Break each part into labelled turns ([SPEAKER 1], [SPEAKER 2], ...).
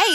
[SPEAKER 1] Hey,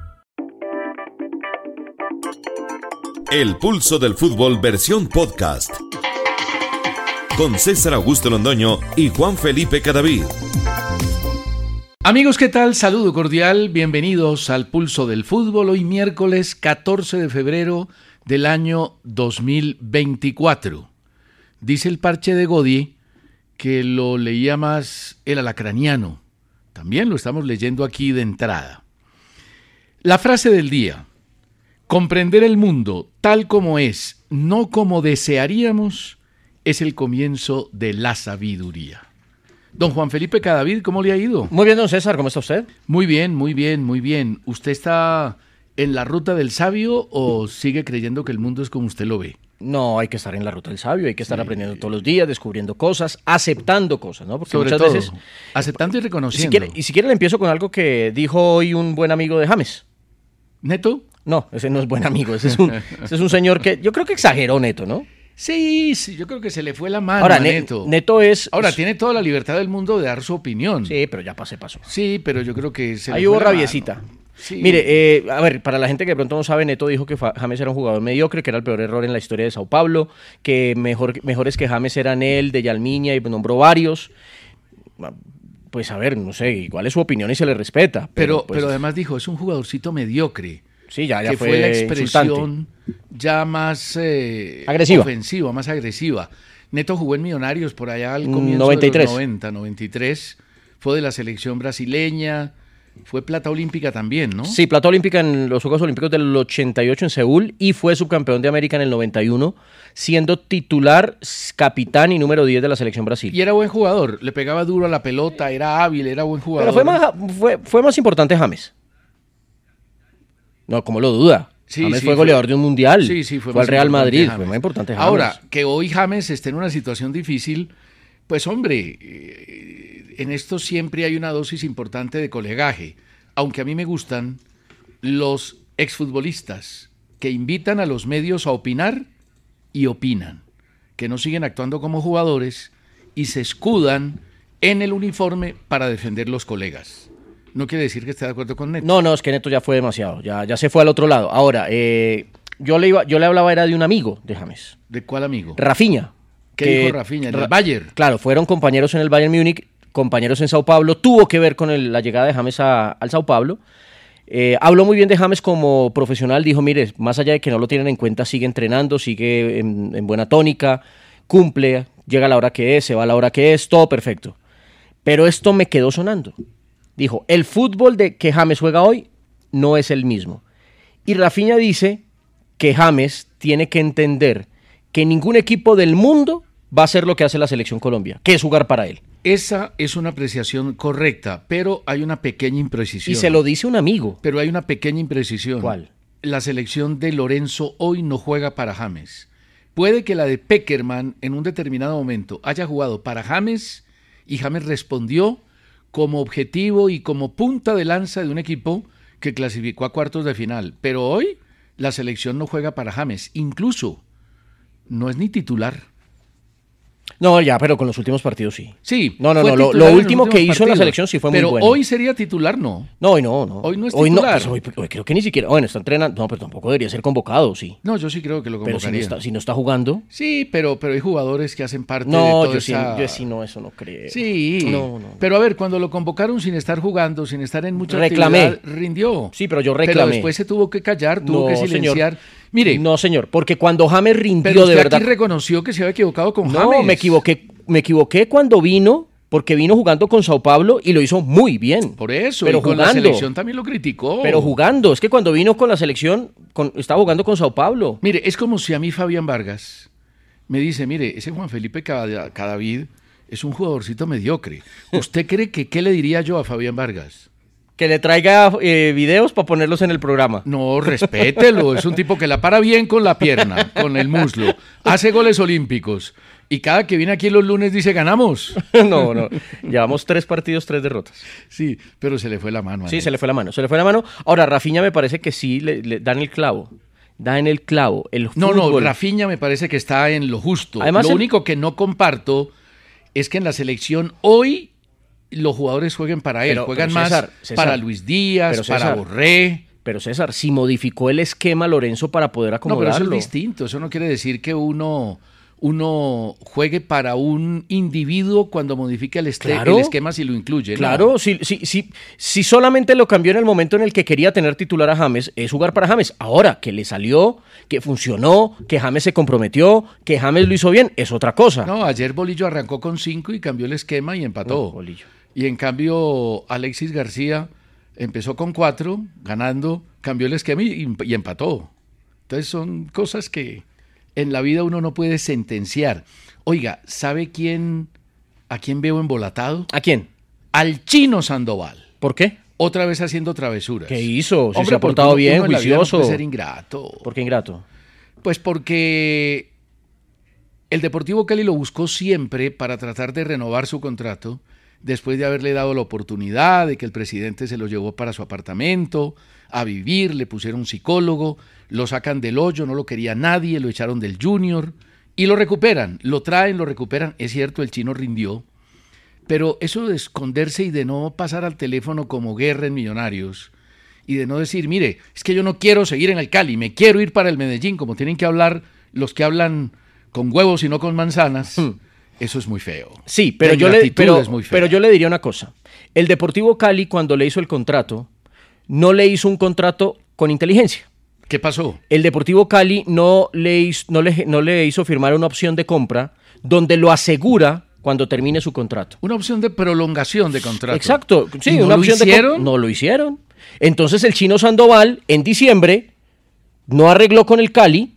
[SPEAKER 2] El pulso del fútbol versión podcast. Con César Augusto Londoño y Juan Felipe Cadavid.
[SPEAKER 3] Amigos, ¿qué tal? Saludo cordial, bienvenidos al Pulso del Fútbol, hoy miércoles 14 de febrero del año 2024. Dice el parche de Godi que lo leía más el alacraniano. También lo estamos leyendo aquí de entrada. La frase del día. Comprender el mundo tal como es, no como desearíamos, es el comienzo de la sabiduría. Don Juan Felipe Cadavid, ¿cómo le ha ido?
[SPEAKER 4] Muy bien, don César, ¿cómo está usted?
[SPEAKER 3] Muy bien, muy bien, muy bien. ¿Usted está en la ruta del sabio o sigue creyendo que el mundo es como usted lo ve?
[SPEAKER 4] No, hay que estar en la ruta del sabio, hay que estar aprendiendo todos los días, descubriendo cosas, aceptando cosas, ¿no? Porque
[SPEAKER 3] Sobre
[SPEAKER 4] muchas
[SPEAKER 3] todo,
[SPEAKER 4] veces.
[SPEAKER 3] aceptando eh, y
[SPEAKER 4] Si
[SPEAKER 3] reconociendo.
[SPEAKER 4] quiere- y si quiere, le empiezo con algo que dijo hoy un buen amigo de James.
[SPEAKER 3] ¿Neto?
[SPEAKER 4] No, ese no es buen amigo, ese es un, ese es un señor que yo creo que exageró Neto, ¿no?
[SPEAKER 3] Sí, sí, yo creo que se le fue la mano
[SPEAKER 4] Ahora,
[SPEAKER 3] a
[SPEAKER 4] Ne-
[SPEAKER 3] Neto.
[SPEAKER 4] Ah, Neto es.
[SPEAKER 3] Ahora,
[SPEAKER 4] es-
[SPEAKER 3] tiene toda la libertad del mundo de dar su opinión.
[SPEAKER 4] Sí, pero ya pasé, pasó.
[SPEAKER 3] Sí, pero yo creo que se le
[SPEAKER 4] Ahí
[SPEAKER 3] fue
[SPEAKER 4] hubo
[SPEAKER 3] la mano.
[SPEAKER 4] rabiecita.
[SPEAKER 3] Sí.
[SPEAKER 4] Mire, eh, a ver, para la gente que de pronto no sabe, Neto dijo que fa- James era un jugador mediocre, que era el peor error en la historia de Sao Paulo, que mejor, mejores que James eran él, de Yalmiña, y nombró varios. Pues a ver, no sé, igual es su opinión y se le respeta.
[SPEAKER 3] pero,
[SPEAKER 4] pues,
[SPEAKER 3] pero además dijo, es un jugadorcito mediocre.
[SPEAKER 4] sí, ya, ya
[SPEAKER 3] que fue, la expresión ya más eh,
[SPEAKER 4] Agresiva.
[SPEAKER 3] ofensiva, más agresiva. Neto jugó en Millonarios por allá al
[SPEAKER 4] Mm,
[SPEAKER 3] comienzo
[SPEAKER 4] 93.
[SPEAKER 3] de los 90, 93. Fue de la selección brasileña, fue plata olímpica también, ¿no?
[SPEAKER 4] Sí, plata olímpica en los Juegos Olímpicos del 88 en Seúl y fue subcampeón de América en el 91, siendo titular, s- capitán y número 10 de la selección Brasil.
[SPEAKER 3] Y era buen jugador, le pegaba duro a la pelota, era hábil, era buen jugador.
[SPEAKER 4] Pero fue más, fue, fue más importante James. No, como lo duda.
[SPEAKER 3] Sí,
[SPEAKER 4] James
[SPEAKER 3] sí,
[SPEAKER 4] fue goleador de un mundial.
[SPEAKER 3] Sí, sí, fue,
[SPEAKER 4] al
[SPEAKER 3] más
[SPEAKER 4] Real
[SPEAKER 3] importante
[SPEAKER 4] Madrid.
[SPEAKER 3] James.
[SPEAKER 4] Fue más importante James.
[SPEAKER 3] Ahora, que hoy James esté en una situación difícil, pues hombre, eh, en esto siempre hay una dosis importante de colegaje. Aunque a mí me gustan los exfutbolistas que invitan a los medios a opinar y opinan, que no siguen actuando como jugadores y se escudan en el uniforme para defender los colegas. No quiere decir que esté de acuerdo con Neto.
[SPEAKER 4] No, no, es que Neto ya fue demasiado. Ya, ya se fue al otro lado. Ahora, eh, yo, le iba, yo le hablaba era de un amigo de James.
[SPEAKER 3] ¿De cuál amigo?
[SPEAKER 4] Rafinha.
[SPEAKER 3] ¿Qué dijo Rafinha? ¿En el
[SPEAKER 4] Ra-
[SPEAKER 3] Bayern?
[SPEAKER 4] Claro, fueron compañeros en el Bayern Múnich, compañeros en Sao Paulo. Tuvo que ver con el- la llegada de James a- al Sao Paulo. Eh, habló muy bien de James como profesional. Dijo, mire, más allá de que no lo tienen en cuenta, sigue entrenando, sigue en, en buena tónica, cumple, llega a la hora que es, se va a la hora que es, todo perfecto. Pero esto me quedó sonando. Dijo, el fútbol de que James juega hoy no es el mismo. Y Rafinha dice que James tiene que entender que ningún equipo del mundo va a hacer lo que hace la selección Colombia, que es jugar para él.
[SPEAKER 3] Esa es una apreciación correcta, pero hay una pequeña imprecisión.
[SPEAKER 4] Y se lo dice un amigo.
[SPEAKER 3] Pero hay una pequeña imprecisión.
[SPEAKER 4] ¿Cuál?
[SPEAKER 3] La selección de Lorenzo hoy no juega para James. Puede que la de Peckerman en un determinado momento haya jugado para James y James respondió como objetivo y como punta de lanza de un equipo que clasificó a cuartos de final. Pero hoy la selección no juega para James. Incluso no es ni titular.
[SPEAKER 4] No, ya, pero con los últimos partidos sí.
[SPEAKER 3] Sí.
[SPEAKER 4] No, no,
[SPEAKER 3] fue
[SPEAKER 4] no, lo-
[SPEAKER 3] titular
[SPEAKER 4] lo
[SPEAKER 3] en los
[SPEAKER 4] último que
[SPEAKER 3] últimos
[SPEAKER 4] hizo en la
[SPEAKER 3] partidos,
[SPEAKER 4] selección sí fue muy bueno.
[SPEAKER 3] Pero hoy sería titular, no.
[SPEAKER 4] No, hoy no, no.
[SPEAKER 3] Hoy no es
[SPEAKER 4] no,
[SPEAKER 3] titular.
[SPEAKER 4] pues, hoy, hoy creo que ni siquiera. Bueno, está entrenando. No, pero tampoco debería ser convocado, sí.
[SPEAKER 3] No, yo sí creo que lo
[SPEAKER 4] Pero si no,
[SPEAKER 3] convocaría.
[SPEAKER 4] está, si no está jugando.
[SPEAKER 3] Sí, pero, pero hay jugadores que hacen parte de
[SPEAKER 4] No,
[SPEAKER 3] toda
[SPEAKER 4] yo, sí,
[SPEAKER 3] esa-
[SPEAKER 4] yo sí no, eso no creo.
[SPEAKER 3] Sí.
[SPEAKER 4] No, no.
[SPEAKER 3] Pero a ver, cuando lo convocaron sin estar jugando, sin estar en mucha
[SPEAKER 4] Reclamé.
[SPEAKER 3] actividad, rindió.
[SPEAKER 4] Sí, pero yo reclamé.
[SPEAKER 3] Pero después se tuvo que callar, tuvo
[SPEAKER 4] No,
[SPEAKER 3] que
[SPEAKER 4] señor.
[SPEAKER 3] silenciar. Mire,
[SPEAKER 4] No, señor, porque cuando James rindió
[SPEAKER 3] pero usted
[SPEAKER 4] de verdad.
[SPEAKER 3] aquí reconoció que se había equivocado con
[SPEAKER 4] No,
[SPEAKER 3] James.
[SPEAKER 4] me equivoqué, me equivoqué cuando vino, porque vino jugando con Sao Paulo y lo hizo muy bien.
[SPEAKER 3] Por eso,
[SPEAKER 4] pero
[SPEAKER 3] y con
[SPEAKER 4] jugando,
[SPEAKER 3] la selección también lo criticó.
[SPEAKER 4] pero jugando, es que cuando vino con la selección, con- estaba jugando con Sao Paulo.
[SPEAKER 3] Mire, es como si a mí Fabián Vargas me dice, mire, ese Juan Felipe Cada- Cadavid es un jugadorcito mediocre. ¿Usted cree que qué le diría yo a Fabián Vargas?
[SPEAKER 4] Que le traiga eh, videos para ponerlos en el programa.
[SPEAKER 3] No, respételo. Es un tipo que la para bien con la pierna, con el muslo. Hace goles olímpicos. Y cada que viene aquí los lunes dice, ganamos.
[SPEAKER 4] no, no. Llevamos tres partidos, tres derrotas.
[SPEAKER 3] Sí, pero se le fue la mano. a
[SPEAKER 4] Sí,
[SPEAKER 3] Neto.
[SPEAKER 4] se le fue la mano. Se le fue la mano. Ahora, Rafiña me parece que sí le, le dan el clavo. Dan el clavo. El
[SPEAKER 3] No, no,
[SPEAKER 4] fútbol.
[SPEAKER 3] Rafiña me parece que está en lo justo.
[SPEAKER 4] Además,
[SPEAKER 3] lo
[SPEAKER 4] el-
[SPEAKER 3] único que no comparto es que en la selección hoy los jugadores jueguen para él,
[SPEAKER 4] Pero-
[SPEAKER 3] juegan
[SPEAKER 4] pero César,
[SPEAKER 3] más
[SPEAKER 4] César.
[SPEAKER 3] para Luis Díaz,
[SPEAKER 4] Pero
[SPEAKER 3] para
[SPEAKER 4] César.
[SPEAKER 3] Borré.
[SPEAKER 4] Pero César, si modificó el esquema Lorenzo para poder
[SPEAKER 3] No, pero
[SPEAKER 4] acomodarlo.
[SPEAKER 3] eso es distinto. Eso no quiere decir que uno, uno juegue para un individuo cuando modifica el, este-
[SPEAKER 4] Claro.
[SPEAKER 3] el esquema si lo incluye. ¿no?
[SPEAKER 4] Claro, si, si, si, si solamente lo cambió en el momento en el que quería tener titular a James, es jugar para James. Ahora, que le salió, que funcionó, que James se comprometió, que James lo hizo bien, es otra cosa.
[SPEAKER 3] No, ayer Bolillo arrancó con 5 y cambió el esquema y empató.
[SPEAKER 4] Uy, Bolillo.
[SPEAKER 3] Y en cambio, Alexis García empezó con 4, ganando, cambió el esquema y, y empató. Entonces son cosas que en la vida uno no puede sentenciar. Oiga, ¿sabe quién a quién veo embolatado?
[SPEAKER 4] ¿A quién?
[SPEAKER 3] Al chino Sandoval.
[SPEAKER 4] ¿Por qué?
[SPEAKER 3] Otra vez haciendo travesuras.
[SPEAKER 4] ¿Qué hizo? Si
[SPEAKER 3] Hombre,
[SPEAKER 4] se ha
[SPEAKER 3] porque
[SPEAKER 4] portado
[SPEAKER 3] uno-
[SPEAKER 4] bien,
[SPEAKER 3] uno en la vida no
[SPEAKER 4] juicioso.
[SPEAKER 3] puede ser ingrato.
[SPEAKER 4] ¿Por qué ingrato?
[SPEAKER 3] Pues porque el Deportivo Cali lo buscó siempre para tratar de renovar su contrato después de haberle dado la oportunidad, de que el presidente se lo llevó para su apartamento, a vivir, le pusieron un psicólogo, lo sacan del hoyo, no lo quería nadie, lo echaron del junior y lo recuperan, lo traen, lo recuperan. Es cierto, el chino rindió, pero eso de esconderse y de no pasar al teléfono como guerra en Millonarios y de no decir, mire, es que yo no quiero seguir en el Cali, me quiero ir para el Medellín, como tienen que hablar los que hablan con huevos y no con manzanas, eso es muy feo.
[SPEAKER 4] Hmm. Sí, pero
[SPEAKER 3] La
[SPEAKER 4] yo, le,
[SPEAKER 3] ingratitud
[SPEAKER 4] pero,
[SPEAKER 3] es muy fea.
[SPEAKER 4] pero yo le diría una cosa. El Deportivo Cali, cuando le hizo el contrato, no le hizo un contrato con inteligencia.
[SPEAKER 3] ¿Qué pasó?
[SPEAKER 4] El Deportivo Cali no le, hizo, no, le, no le hizo firmar una opción de compra donde lo asegura cuando termine su contrato.
[SPEAKER 3] Una opción de prolongación de contrato.
[SPEAKER 4] Exacto.
[SPEAKER 3] ¿Y
[SPEAKER 4] Sí,
[SPEAKER 3] no
[SPEAKER 4] una
[SPEAKER 3] lo
[SPEAKER 4] opción de comp-
[SPEAKER 3] hicieron?
[SPEAKER 4] no lo hicieron. Entonces el chino Sandoval en diciembre no arregló con el Cali.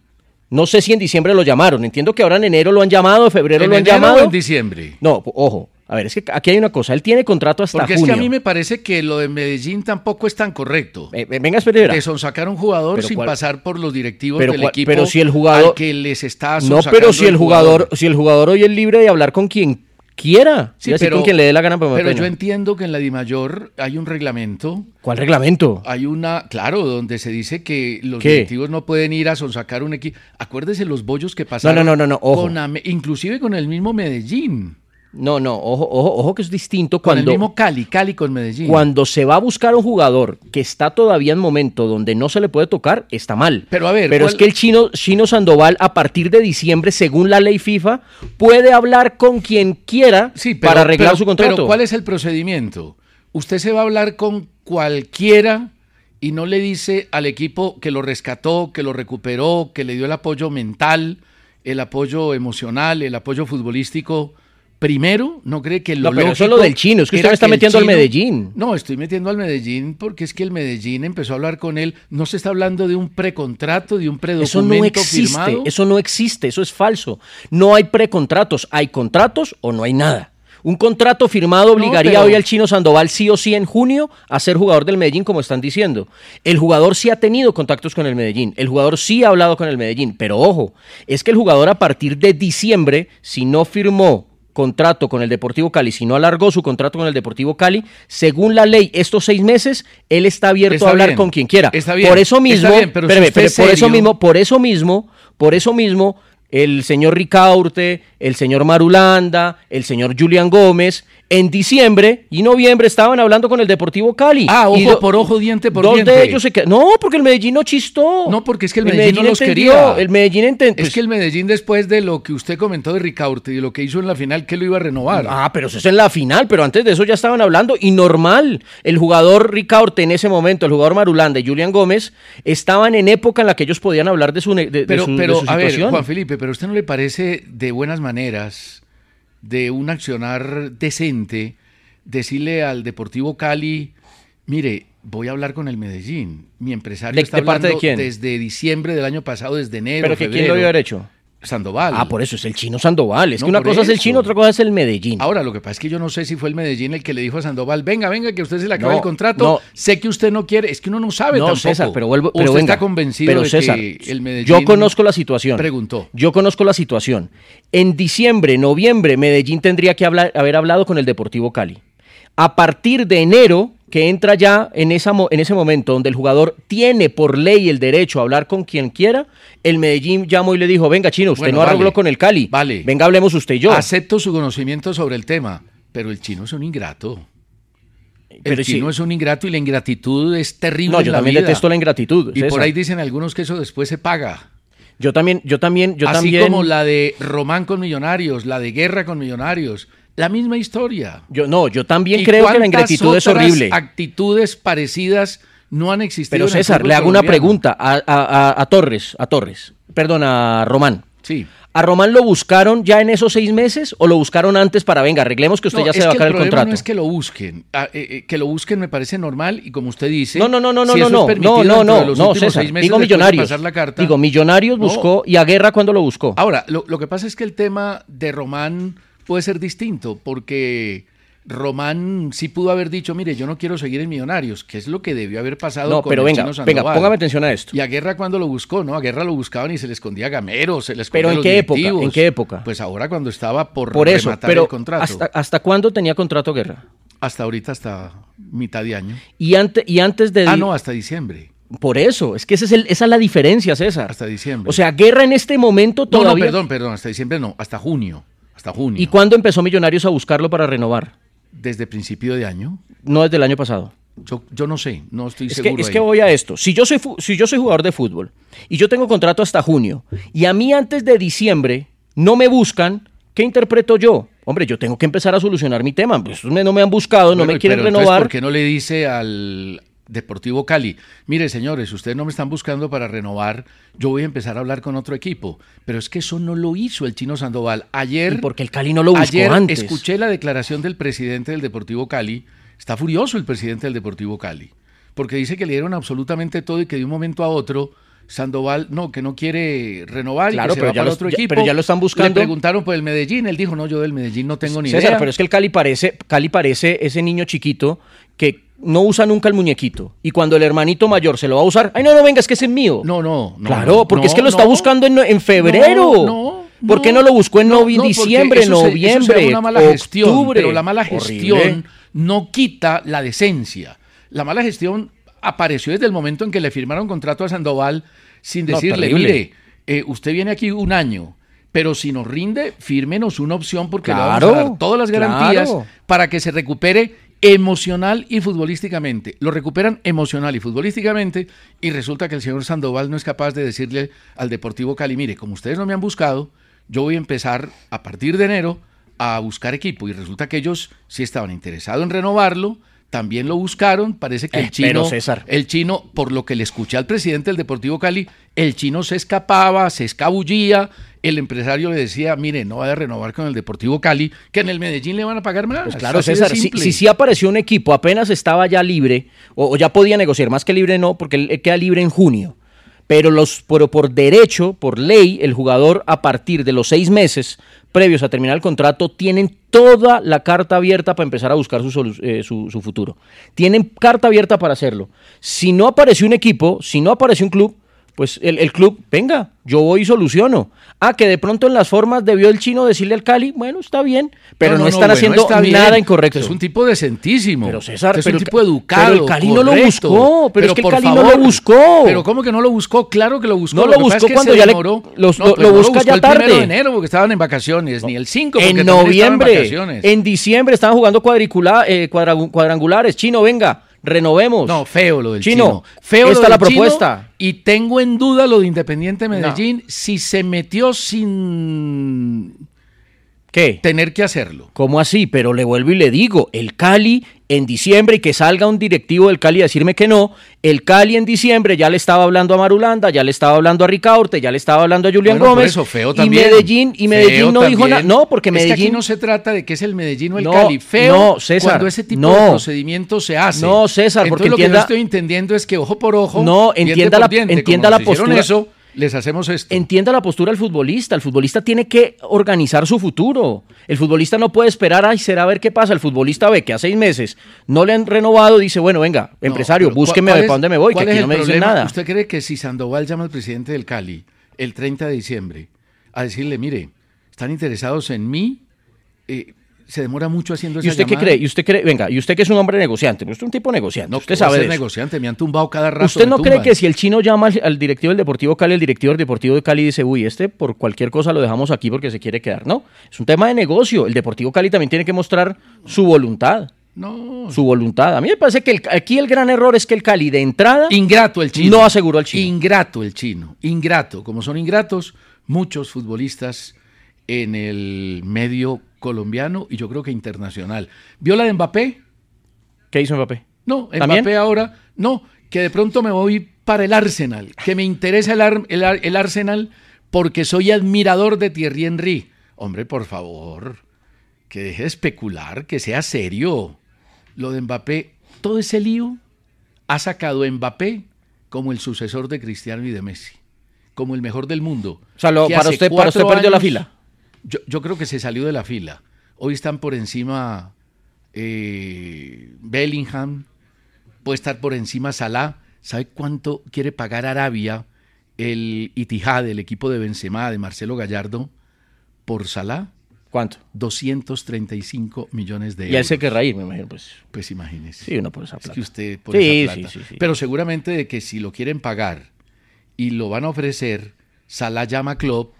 [SPEAKER 4] No sé si en diciembre lo llamaron. Entiendo que ahora en enero lo han llamado, en febrero
[SPEAKER 3] ¿En
[SPEAKER 4] lo han
[SPEAKER 3] enero
[SPEAKER 4] llamado.
[SPEAKER 3] o en diciembre?
[SPEAKER 4] No, po- ojo. A ver, es que aquí hay una cosa. Él tiene contrato hasta
[SPEAKER 3] Porque
[SPEAKER 4] junio.
[SPEAKER 3] es que a mí me parece que lo de Medellín tampoco es tan correcto.
[SPEAKER 4] Eh, eh, venga, espere, verá.
[SPEAKER 3] Que sonsacar a un jugador
[SPEAKER 4] Pero
[SPEAKER 3] sin
[SPEAKER 4] cuál-
[SPEAKER 3] pasar por los directivos
[SPEAKER 4] pero
[SPEAKER 3] del
[SPEAKER 4] cuál-
[SPEAKER 3] equipo
[SPEAKER 4] pero si el jugador-
[SPEAKER 3] al que les está
[SPEAKER 4] No,
[SPEAKER 3] sonsacando
[SPEAKER 4] pero si el jugador, si el jugador hoy es libre de hablar con quien quiera,
[SPEAKER 3] Sí,
[SPEAKER 4] Iba a decir con quien le dé la gana, pero, me da
[SPEAKER 3] pero
[SPEAKER 4] pena.
[SPEAKER 3] yo entiendo que en la DIMAYOR hay un reglamento,
[SPEAKER 4] ¿Cuál reglamento?
[SPEAKER 3] hay una, claro, donde se dice que los
[SPEAKER 4] ¿Qué?
[SPEAKER 3] directivos no pueden ir a sonsacar un equipo. Acuérdese los bollos que pasaron.
[SPEAKER 4] no, no, no, ojo.
[SPEAKER 3] con Ame- inclusive con el mismo Medellín,
[SPEAKER 4] No, no, ojo, ojo, ojo que es distinto
[SPEAKER 3] con el
[SPEAKER 4] cuando
[SPEAKER 3] mismo Cali, Cali con Medellín.
[SPEAKER 4] cuando se va a buscar un jugador que está todavía en momento donde no se le puede tocar, está mal.
[SPEAKER 3] Pero a ver,
[SPEAKER 4] pero
[SPEAKER 3] ¿cuál-
[SPEAKER 4] es que el chino chino Sandoval a partir de diciembre, según la ley FIFA, puede hablar con quien quiera
[SPEAKER 3] Sí, pero-
[SPEAKER 4] para arreglar
[SPEAKER 3] pero-
[SPEAKER 4] su contrato.
[SPEAKER 3] Pero ¿cuál es el procedimiento? Usted se va a hablar con cualquiera y no le dice al equipo que lo rescató, que lo recuperó, que le dio el apoyo mental, el apoyo emocional, el apoyo futbolístico. Primero, no cree que lo
[SPEAKER 4] No, pero
[SPEAKER 3] lógico
[SPEAKER 4] eso es lo del chino, es que usted
[SPEAKER 3] era
[SPEAKER 4] me está
[SPEAKER 3] el
[SPEAKER 4] metiendo al Medellín.
[SPEAKER 3] No, estoy metiendo al Medellín porque es que el Medellín empezó a hablar con él. No se está hablando de un precontrato, de un
[SPEAKER 4] Eso no
[SPEAKER 3] predocumento
[SPEAKER 4] existe,
[SPEAKER 3] firmado.
[SPEAKER 4] eso no existe, eso es falso. No hay precontratos, hay contratos o no hay nada. Un contrato firmado obligaría
[SPEAKER 3] pero-
[SPEAKER 4] hoy al chino Sandoval sí o sí en junio a ser jugador del Medellín, como están diciendo. El jugador sí ha tenido contactos con el Medellín, el jugador sí ha hablado con el Medellín, pero ojo, es que el jugador a partir de diciembre, si no firmó contrato con el Deportivo Cali, si no alargó su contrato con el Deportivo Cali, según la ley, estos seis meses, él está abierto
[SPEAKER 3] Está
[SPEAKER 4] a hablar
[SPEAKER 3] bien,
[SPEAKER 4] con quien quiera.
[SPEAKER 3] está bien,
[SPEAKER 4] por eso mismo,
[SPEAKER 3] está bien, pero si
[SPEAKER 4] espéreme,
[SPEAKER 3] usted es
[SPEAKER 4] por eso
[SPEAKER 3] serio-
[SPEAKER 4] mismo, por eso mismo, por eso mismo, el señor Ricaurte, el señor Marulanda, el señor Julián Gómez, En diciembre y noviembre estaban hablando con el Deportivo Cali.
[SPEAKER 3] Ah, ojo
[SPEAKER 4] Y do-
[SPEAKER 3] por ojo, diente por
[SPEAKER 4] dos
[SPEAKER 3] diente.
[SPEAKER 4] de ellos se quedaron. No, porque el Medellín no chistó.
[SPEAKER 3] No, porque es que el Medellín no los
[SPEAKER 4] entendió,
[SPEAKER 3] quería.
[SPEAKER 4] El Medellín pues, entendió.
[SPEAKER 3] es que el Medellín, después de lo que usted comentó de Ricaurte y de lo que hizo en la final, que lo iba a renovar.
[SPEAKER 4] Ah, pero eso es en la final, pero antes de eso ya estaban hablando y normal. El jugador Ricaurte en ese momento, el jugador Marulanda y Julián Gómez estaban en época en la que ellos podían hablar de su, ne- de, de
[SPEAKER 3] pero,
[SPEAKER 4] su- de
[SPEAKER 3] pero
[SPEAKER 4] su
[SPEAKER 3] a ver,
[SPEAKER 4] situación.
[SPEAKER 3] Juan Felipe, pero a usted no le parece de buenas maneras, de un accionar decente, decirle al Deportivo Cali, mire, voy a hablar con el Medellín. Mi empresario
[SPEAKER 4] ¿De-
[SPEAKER 3] está
[SPEAKER 4] de parte
[SPEAKER 3] hablando
[SPEAKER 4] de quién?
[SPEAKER 3] desde diciembre del año pasado, desde enero,
[SPEAKER 4] pero que quién lo iba a
[SPEAKER 3] febrero.
[SPEAKER 4] haber hecho.
[SPEAKER 3] Sandoval.
[SPEAKER 4] Ah, por eso es el chino Sandoval. Es
[SPEAKER 3] No,
[SPEAKER 4] que una
[SPEAKER 3] por
[SPEAKER 4] cosa es el
[SPEAKER 3] eso.
[SPEAKER 4] chino, otra cosa es el Medellín.
[SPEAKER 3] Ahora, lo que pasa es que yo no sé si fue el Medellín el que le dijo a Sandoval, venga, venga, que usted se le acaba
[SPEAKER 4] No,
[SPEAKER 3] el contrato.
[SPEAKER 4] no.
[SPEAKER 3] Sé que usted no quiere, es que uno no sabe
[SPEAKER 4] no,
[SPEAKER 3] tampoco.
[SPEAKER 4] César, pero vuelvo.
[SPEAKER 3] ¿O
[SPEAKER 4] Pero
[SPEAKER 3] usted
[SPEAKER 4] venga,
[SPEAKER 3] está convencido
[SPEAKER 4] pero
[SPEAKER 3] de
[SPEAKER 4] César,
[SPEAKER 3] que el Medellín
[SPEAKER 4] Yo conozco la situación.
[SPEAKER 3] preguntó.
[SPEAKER 4] Yo conozco la situación. En diciembre, noviembre, Medellín tendría que hablar- haber hablado con el Deportivo Cali. A partir de enero, que entra ya en, esa mo- en ese momento donde el jugador tiene por ley el derecho a hablar con quien quiera, el Medellín llamó y le dijo, venga chino, usted
[SPEAKER 3] Bueno,
[SPEAKER 4] no arregló
[SPEAKER 3] vale,
[SPEAKER 4] con el Cali,
[SPEAKER 3] vale.
[SPEAKER 4] venga hablemos usted y yo.
[SPEAKER 3] Acepto su conocimiento sobre el tema, pero el chino es un ingrato. El
[SPEAKER 4] Pero si-
[SPEAKER 3] chino es un ingrato y la ingratitud es terrible.
[SPEAKER 4] no,
[SPEAKER 3] en
[SPEAKER 4] yo
[SPEAKER 3] la
[SPEAKER 4] también
[SPEAKER 3] vida.
[SPEAKER 4] detesto la ingratitud.
[SPEAKER 3] Y por
[SPEAKER 4] César.
[SPEAKER 3] ahí dicen algunos que eso después se paga.
[SPEAKER 4] Yo también, yo también, yo
[SPEAKER 3] Así
[SPEAKER 4] también.
[SPEAKER 3] como la de Román con Millonarios, la de Guerra con Millonarios. La misma historia.
[SPEAKER 4] Yo no, yo también
[SPEAKER 3] ¿Y
[SPEAKER 4] creo que la
[SPEAKER 3] cuántas
[SPEAKER 4] ingratitud es
[SPEAKER 3] otras
[SPEAKER 4] horrible.
[SPEAKER 3] Actitudes parecidas no han existido.
[SPEAKER 4] Pero
[SPEAKER 3] en el
[SPEAKER 4] César,
[SPEAKER 3] fútbol
[SPEAKER 4] le hago una
[SPEAKER 3] colombiano.
[SPEAKER 4] pregunta a, a- a- a Torres, a Torres, perdón, a Román.
[SPEAKER 3] Sí.
[SPEAKER 4] ¿A Román lo buscaron ya en esos seis meses o lo buscaron antes para, venga, arreglemos que usted
[SPEAKER 3] No,
[SPEAKER 4] ya
[SPEAKER 3] es
[SPEAKER 4] se va a
[SPEAKER 3] que
[SPEAKER 4] acabar el,
[SPEAKER 3] problema
[SPEAKER 4] contrato?
[SPEAKER 3] No es que lo busquen. Ah, eh, eh, que lo busquen me parece normal y como usted dice.
[SPEAKER 4] No, no, no, no,
[SPEAKER 3] si
[SPEAKER 4] no,
[SPEAKER 3] eso
[SPEAKER 4] no,
[SPEAKER 3] es
[SPEAKER 4] no,
[SPEAKER 3] permitido
[SPEAKER 4] no,
[SPEAKER 3] dentro
[SPEAKER 4] no,
[SPEAKER 3] de los
[SPEAKER 4] no,
[SPEAKER 3] últimos
[SPEAKER 4] César.
[SPEAKER 3] seis meses
[SPEAKER 4] Digo
[SPEAKER 3] después de
[SPEAKER 4] millonarios.
[SPEAKER 3] pasar la carta-
[SPEAKER 4] Digo millonarios
[SPEAKER 3] No.
[SPEAKER 4] buscó y a Guerra cuando lo buscó.
[SPEAKER 3] Ahora, lo, lo que pasa es que el tema de Román puede ser distinto, porque Román sí pudo haber dicho, mire, yo no quiero seguir en Millonarios, que es lo que debió haber pasado
[SPEAKER 4] No,
[SPEAKER 3] con
[SPEAKER 4] pero
[SPEAKER 3] el
[SPEAKER 4] venga,
[SPEAKER 3] Chino
[SPEAKER 4] venga,
[SPEAKER 3] Sandoval.
[SPEAKER 4] póngame atención a esto.
[SPEAKER 3] Y a Guerra cuando lo buscó, ¿no? A Guerra lo buscaban y se le escondía Gamero, se le escondía
[SPEAKER 4] Pero ¿en
[SPEAKER 3] los
[SPEAKER 4] qué época?
[SPEAKER 3] directivos.
[SPEAKER 4] ¿En qué época?
[SPEAKER 3] Pues ahora cuando estaba por,
[SPEAKER 4] Por eso,
[SPEAKER 3] rematar
[SPEAKER 4] pero
[SPEAKER 3] el contrato.
[SPEAKER 4] ¿hasta,
[SPEAKER 3] Hasta...
[SPEAKER 4] ¿hasta cuándo tenía contrato Guerra?
[SPEAKER 3] ahorita, hasta mitad de año.
[SPEAKER 4] Y, ante- y antes de...
[SPEAKER 3] Ah, no, hasta diciembre.
[SPEAKER 4] Por eso, es que ese es el- esa es la diferencia, César.
[SPEAKER 3] Hasta diciembre.
[SPEAKER 4] O sea, Guerra en este momento
[SPEAKER 3] No, no,
[SPEAKER 4] todavía...
[SPEAKER 3] perdón, perdón, hasta diciembre no, hasta junio. Hasta junio.
[SPEAKER 4] ¿Y cuándo empezó Millonarios a buscarlo para renovar?
[SPEAKER 3] Desde principio de año.
[SPEAKER 4] No desde el año pasado.
[SPEAKER 3] Yo, yo no sé, no estoy
[SPEAKER 4] Es que,
[SPEAKER 3] seguro.
[SPEAKER 4] es que
[SPEAKER 3] ahí.
[SPEAKER 4] voy a esto. Si yo, soy fu- si yo soy jugador de fútbol y yo tengo contrato hasta junio y a mí antes de diciembre no me buscan, ¿qué interpreto yo? Hombre, yo tengo que empezar a solucionar mi tema. Pues me- no me han buscado, no
[SPEAKER 3] Bueno,
[SPEAKER 4] me
[SPEAKER 3] y
[SPEAKER 4] quieren
[SPEAKER 3] pero entonces,
[SPEAKER 4] renovar.
[SPEAKER 3] ¿Por qué no le dice al Deportivo Cali, mire señores, ustedes no me están buscando para renovar, yo voy a empezar a hablar con otro equipo? Pero es que eso no lo hizo el chino Sandoval. Ayer,
[SPEAKER 4] Y porque el Cali no lo buscó
[SPEAKER 3] ayer
[SPEAKER 4] antes.
[SPEAKER 3] escuché la declaración del presidente del Deportivo Cali. Está furioso el presidente del Deportivo Cali, porque dice que le dieron absolutamente todo y que de un momento a otro... Sandoval, no, que no quiere renovar y
[SPEAKER 4] Claro,
[SPEAKER 3] que se
[SPEAKER 4] pero
[SPEAKER 3] va
[SPEAKER 4] ya
[SPEAKER 3] para
[SPEAKER 4] los-
[SPEAKER 3] otro
[SPEAKER 4] ya-
[SPEAKER 3] equipo.
[SPEAKER 4] pero ya lo están
[SPEAKER 3] Le
[SPEAKER 4] buscando.
[SPEAKER 3] preguntaron por el Medellín, él dijo, no, yo del Medellín no tengo ni
[SPEAKER 4] César,
[SPEAKER 3] idea.
[SPEAKER 4] pero es que el Cali parece, Cali parece ese niño chiquito que no usa nunca el muñequito. Y cuando el hermanito mayor se lo va a usar, ay, no, no, venga, es que ese es mío.
[SPEAKER 3] No, no. no,
[SPEAKER 4] claro,
[SPEAKER 3] no,
[SPEAKER 4] porque es
[SPEAKER 3] no,
[SPEAKER 4] que lo está
[SPEAKER 3] no.
[SPEAKER 4] buscando en, en febrero.
[SPEAKER 3] No, no,
[SPEAKER 4] ¿Por qué no lo buscó en novi-
[SPEAKER 3] porque
[SPEAKER 4] diciembre,
[SPEAKER 3] eso se-
[SPEAKER 4] noviembre,
[SPEAKER 3] eso se llama una mala gestión,
[SPEAKER 4] octubre?
[SPEAKER 3] pero la mala gestión
[SPEAKER 4] Horrible. Pues
[SPEAKER 3] no quita la decencia. La mala gestión apareció desde el momento en que le firmaron contrato a Sandoval sin
[SPEAKER 4] No,
[SPEAKER 3] decirle,
[SPEAKER 4] terrible.
[SPEAKER 3] mire, eh, usted viene aquí un año, pero si nos rinde, fírmenos una opción porque le vamos a
[SPEAKER 4] Claro,
[SPEAKER 3] dar todas las garantías
[SPEAKER 4] claro.
[SPEAKER 3] para que se recupere emocional y futbolísticamente. Lo recuperan emocional y futbolísticamente y resulta que el señor Sandoval no es capaz de decirle al Deportivo Cali, mire, como ustedes no me han buscado, yo voy a empezar a partir de enero a buscar equipo y resulta que ellos sí estaban interesados en renovarlo, también lo buscaron, parece que
[SPEAKER 4] Eh,
[SPEAKER 3] el chino
[SPEAKER 4] pero, César.
[SPEAKER 3] el chino, por lo que le escuché al presidente del Deportivo Cali, el chino se escapaba, se escabullía. El empresario le decía, mire, no vaya a renovar con el Deportivo Cali, que en el Medellín le van a pagar más.
[SPEAKER 4] Pues claro,
[SPEAKER 3] Así de
[SPEAKER 4] César, si,
[SPEAKER 3] simple.
[SPEAKER 4] si sí apareció un equipo, apenas estaba ya libre, o, o ya podía negociar, más que libre no, porque él, él queda libre en junio. Pero, los, pero por derecho, por ley, el jugador a partir de los seis meses previos a terminar el contrato tienen toda la carta abierta para empezar a buscar su, solu- eh, su, su futuro. Tienen carta abierta para hacerlo. Si no apareció un equipo, si no apareció un club, pues el, el club, venga, yo voy y soluciono. Ah, que de pronto en las formas debió el chino decirle al Cali, bueno, está bien, pero no, están
[SPEAKER 3] bueno,
[SPEAKER 4] haciendo
[SPEAKER 3] está bien.
[SPEAKER 4] nada incorrecto.
[SPEAKER 3] Es un tipo decentísimo.
[SPEAKER 4] Pero César,
[SPEAKER 3] es
[SPEAKER 4] pero
[SPEAKER 3] un
[SPEAKER 4] el
[SPEAKER 3] tipo
[SPEAKER 4] Ca-
[SPEAKER 3] educado.
[SPEAKER 4] pero el Cali no lo
[SPEAKER 3] correcto.
[SPEAKER 4] buscó, pero es que el
[SPEAKER 3] por
[SPEAKER 4] Cali no lo buscó.
[SPEAKER 3] Pero ¿cómo que no lo buscó? Claro que lo buscó.
[SPEAKER 4] No lo
[SPEAKER 3] que pasa
[SPEAKER 4] buscó
[SPEAKER 3] es que se
[SPEAKER 4] cuando ya le-
[SPEAKER 3] demoró.
[SPEAKER 4] los-
[SPEAKER 3] No,
[SPEAKER 4] lo-
[SPEAKER 3] pero
[SPEAKER 4] lo
[SPEAKER 3] no
[SPEAKER 4] busca ya
[SPEAKER 3] el primero
[SPEAKER 4] tarde.
[SPEAKER 3] de enero porque estaban en vacaciones, ni el 5 porque
[SPEAKER 4] en
[SPEAKER 3] también estaban
[SPEAKER 4] noviembre,
[SPEAKER 3] vacaciones.
[SPEAKER 4] en diciembre estaban jugando cuadricula- eh, cuadra- cuadrangulares. Chino, venga, renovemos.
[SPEAKER 3] No, feo lo del chino.
[SPEAKER 4] Chino,
[SPEAKER 3] Feo
[SPEAKER 4] esta
[SPEAKER 3] lo
[SPEAKER 4] la
[SPEAKER 3] del Chino,
[SPEAKER 4] propuesta.
[SPEAKER 3] y tengo en duda lo de Independiente Medellín si se metió sin
[SPEAKER 4] ¿Qué?
[SPEAKER 3] tener que hacerlo.
[SPEAKER 4] ¿Cómo así? Pero le vuelvo y le digo, el Cali en diciembre y que salga un directivo del Cali a decirme que no, el Cali en diciembre ya le estaba hablando a Marulanda, ya le estaba hablando a Ricaurte, ya le estaba hablando a Julián
[SPEAKER 3] Bueno, por
[SPEAKER 4] Gómez
[SPEAKER 3] eso, feo
[SPEAKER 4] y
[SPEAKER 3] también.
[SPEAKER 4] Medellín y Medellín
[SPEAKER 3] Feo
[SPEAKER 4] no dijo nada.
[SPEAKER 3] también.
[SPEAKER 4] No, porque Medellín
[SPEAKER 3] Es que aquí no se trata de que es el Medellín o el
[SPEAKER 4] No,
[SPEAKER 3] Cali. Feo
[SPEAKER 4] no, César,
[SPEAKER 3] cuando ese tipo
[SPEAKER 4] no.
[SPEAKER 3] de procedimiento se hace.
[SPEAKER 4] No, César, porque
[SPEAKER 3] Entonces, lo que
[SPEAKER 4] entienda-
[SPEAKER 3] yo estoy entendiendo es que ojo por ojo,
[SPEAKER 4] No,
[SPEAKER 3] diente
[SPEAKER 4] entienda
[SPEAKER 3] por
[SPEAKER 4] la-
[SPEAKER 3] diente. Como
[SPEAKER 4] entienda
[SPEAKER 3] nos
[SPEAKER 4] la
[SPEAKER 3] hicieron
[SPEAKER 4] postura.
[SPEAKER 3] eso, les hacemos esto.
[SPEAKER 4] Entienda la postura del futbolista. El futbolista tiene que organizar su futuro. El futbolista no puede esperar, ay, será a ver qué pasa. El futbolista ve que a seis meses no le han renovado, dice, bueno, venga,
[SPEAKER 3] No,
[SPEAKER 4] empresario,
[SPEAKER 3] pero ¿cuál-
[SPEAKER 4] búsqueme
[SPEAKER 3] cuál
[SPEAKER 4] para
[SPEAKER 3] es-
[SPEAKER 4] dónde me voy, que
[SPEAKER 3] cuál
[SPEAKER 4] aquí
[SPEAKER 3] es
[SPEAKER 4] no
[SPEAKER 3] el
[SPEAKER 4] me dicen
[SPEAKER 3] problema?
[SPEAKER 4] nada.
[SPEAKER 3] ¿Usted cree que si Sandoval llama al presidente del Cali el 30 de diciembre a decirle, mire, están interesados en mí, eh, se demora mucho haciendo esa
[SPEAKER 4] ¿Y usted qué
[SPEAKER 3] llamada?
[SPEAKER 4] cree? ¿Y usted cree? Venga, ¿y usted que es un hombre negociante? Usted es un tipo negociante.
[SPEAKER 3] No,
[SPEAKER 4] usted sabe de eso.
[SPEAKER 3] negociante, me han tumbado cada rato.
[SPEAKER 4] ¿Usted
[SPEAKER 3] me
[SPEAKER 4] no cree
[SPEAKER 3] tumban.
[SPEAKER 4] que si el chino llama al, al directivo del Deportivo Cali, el directivo del Deportivo de Cali dice, uy, este por cualquier cosa lo dejamos aquí porque se quiere quedar? No, es un tema de negocio. El Deportivo Cali también tiene que mostrar su voluntad.
[SPEAKER 3] No,
[SPEAKER 4] su voluntad. A mí me parece que el- aquí el gran error es que el Cali de entrada
[SPEAKER 3] Ingrato el chino.
[SPEAKER 4] No aseguró al chino.
[SPEAKER 3] Ingrato el chino. Ingrato. Como son ingratos muchos futbolistas en el medio colombiano y yo creo que internacional. ¿Vio la de Mbappé?
[SPEAKER 4] ¿Qué hizo Mbappé?
[SPEAKER 3] No, Mbappé
[SPEAKER 4] ¿También?
[SPEAKER 3] ahora. No, que de pronto me voy para el Arsenal. Que me interesa el, Ar- el Ar- el Arsenal porque soy admirador de Thierry Henry. Hombre, por favor, que deje de especular, que sea serio. Lo de Mbappé, todo ese lío ha sacado a Mbappé como el sucesor de Cristiano y de Messi, como el mejor del mundo.
[SPEAKER 4] O sea, lo-
[SPEAKER 3] que
[SPEAKER 4] para
[SPEAKER 3] hace
[SPEAKER 4] usted- para usted
[SPEAKER 3] cuatro
[SPEAKER 4] perdió la fila.
[SPEAKER 3] Yo, yo creo que se salió de la fila. Hoy están por encima eh, Bellingham, puede estar por encima Salah. ¿Sabe cuánto quiere pagar Arabia, el Itihad, el equipo de Benzema, de Marcelo Gallardo, por Salah?
[SPEAKER 4] ¿Cuánto?
[SPEAKER 3] 235 millones de euros.
[SPEAKER 4] Y él se querrá ir, me imagino. Pues
[SPEAKER 3] Pues imagínese.
[SPEAKER 4] sí, uno por esa
[SPEAKER 3] Es
[SPEAKER 4] plata.
[SPEAKER 3] que usted por
[SPEAKER 4] Sí,
[SPEAKER 3] esa plata.
[SPEAKER 4] sí, sí, sí.
[SPEAKER 3] Pero seguramente de que si lo quieren pagar y lo van a ofrecer, Salah llama a Klopp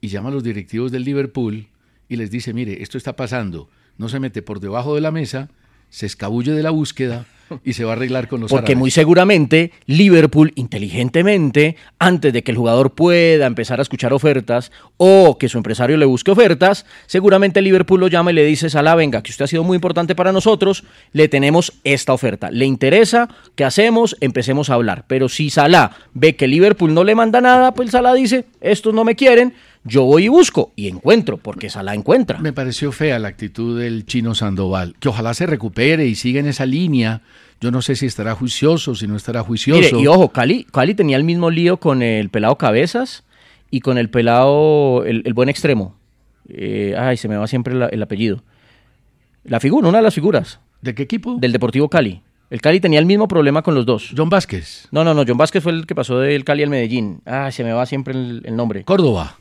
[SPEAKER 3] y llama a los directivos del Liverpool y les dice, mire, esto está pasando, no se mete por debajo de la mesa, se escabulle de la búsqueda y se va a arreglar con los
[SPEAKER 4] Porque
[SPEAKER 3] árabes".
[SPEAKER 4] muy seguramente Liverpool, inteligentemente, antes de que el jugador pueda empezar a escuchar ofertas o que su empresario le busque ofertas, seguramente Liverpool lo llama y le dice, Salah, venga, que usted ha sido muy importante para nosotros, le tenemos esta oferta. ¿Le interesa? ¿Qué hacemos? Empecemos a hablar. Pero si Salah ve que Liverpool no le manda nada, pues Salah dice, estos no me quieren, yo voy y busco y encuentro, porque Salah encuentra.
[SPEAKER 3] Me pareció fea la actitud del chino Sandoval, que ojalá se recupere y siga en esa línea. Yo no sé si estará juicioso, si no estará juicioso.
[SPEAKER 4] Mire, y ojo, Cali, Cali tenía el mismo lío con el pelado Cabezas y con el pelado, el, el buen extremo. Eh, ay, se me va siempre la- el apellido. La figura, una de las figuras
[SPEAKER 3] ¿De qué equipo?
[SPEAKER 4] del Deportivo Cali. El Cali tenía el mismo problema con los dos.
[SPEAKER 3] John Vázquez,
[SPEAKER 4] No, no, no, John Vázquez fue el que pasó del Cali al Medellín. Ay, se me va siempre el, el nombre.
[SPEAKER 3] Córdoba.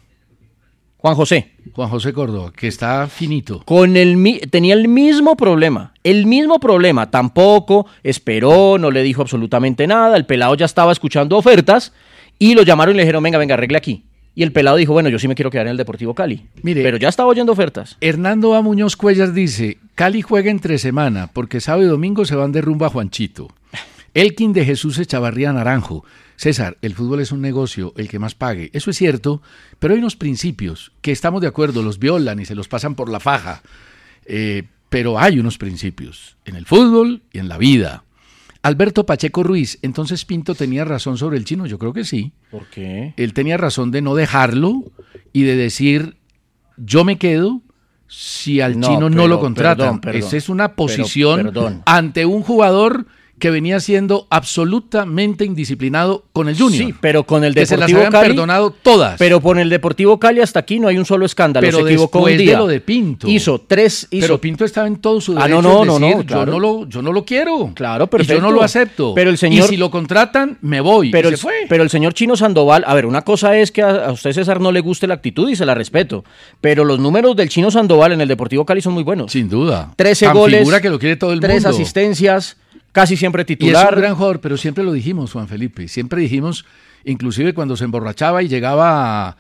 [SPEAKER 4] Juan José.
[SPEAKER 3] Juan José Córdoba, que está finito.
[SPEAKER 4] Con el mi- tenía el mismo problema, el mismo problema, tampoco esperó, no le dijo absolutamente nada, el pelado ya estaba escuchando ofertas y lo llamaron y le dijeron, "Venga, venga, arregle aquí." Y el pelado dijo, "Bueno, yo sí me quiero quedar en el Deportivo Cali."
[SPEAKER 3] Mire.
[SPEAKER 4] pero ya estaba oyendo ofertas.
[SPEAKER 3] Hernando A. Muñoz Cuellar dice, Cali juega entre semana, porque sábado y domingo se van de rumba a Juanchito. Elkin de Jesús Echavarría Naranjo. César, el fútbol es un negocio, el que más pague. Eso es cierto, pero hay unos principios que estamos de acuerdo, los violan y se los pasan por la faja. Eh, pero hay unos principios, en el fútbol y en la vida. Alberto Pacheco Ruiz, entonces Pinto tenía razón sobre el chino, yo creo que sí
[SPEAKER 4] ¿Por qué?
[SPEAKER 3] él tenía razón de no dejarlo y de decir yo me quedo si al
[SPEAKER 4] No,
[SPEAKER 3] chino no
[SPEAKER 4] pero-
[SPEAKER 3] lo contratan.
[SPEAKER 4] perdón, perdón.
[SPEAKER 3] Esa es una
[SPEAKER 4] Pero,
[SPEAKER 3] posición
[SPEAKER 4] perdón.
[SPEAKER 3] ante un jugador que venía siendo absolutamente indisciplinado con el Junior.
[SPEAKER 4] Sí, pero con el
[SPEAKER 3] que se las
[SPEAKER 4] Deportivo
[SPEAKER 3] habían
[SPEAKER 4] Cali-
[SPEAKER 3] perdonado todas.
[SPEAKER 4] Pero por el Deportivo Cali hasta aquí no hay un solo escándalo.
[SPEAKER 3] Pero
[SPEAKER 4] se equivocó un
[SPEAKER 3] después de
[SPEAKER 4] día.
[SPEAKER 3] lo de Pinto.
[SPEAKER 4] Hizo tres, hizo.
[SPEAKER 3] Pero Pinto estaba en todo su
[SPEAKER 4] Ah,
[SPEAKER 3] derecho.
[SPEAKER 4] no, no,
[SPEAKER 3] en
[SPEAKER 4] no, no,
[SPEAKER 3] decir,
[SPEAKER 4] claro.
[SPEAKER 3] yo no lo, yo no lo quiero.
[SPEAKER 4] Claro,
[SPEAKER 3] pero yo no
[SPEAKER 4] perfecto.
[SPEAKER 3] lo acepto.
[SPEAKER 4] Pero el
[SPEAKER 3] y
[SPEAKER 4] señor-
[SPEAKER 3] si lo contratan, me voy.
[SPEAKER 4] pero
[SPEAKER 3] y
[SPEAKER 4] el,
[SPEAKER 3] se fue.
[SPEAKER 4] pero el señor Chino Sandoval, a ver, una cosa es que a, a usted César no le guste la actitud y se la respeto, pero los números del Chino Sandoval en el Deportivo Cali son muy buenos.
[SPEAKER 3] Sin duda.
[SPEAKER 4] 13
[SPEAKER 3] Tan
[SPEAKER 4] goles,
[SPEAKER 3] Figura que lo quiere todo el
[SPEAKER 4] tres
[SPEAKER 3] mundo.
[SPEAKER 4] asistencias, casi siempre
[SPEAKER 3] Y es
[SPEAKER 4] titular.
[SPEAKER 3] un gran jugador, pero siempre lo dijimos, Juan Felipe. Siempre dijimos, inclusive cuando se emborrachaba y llegaba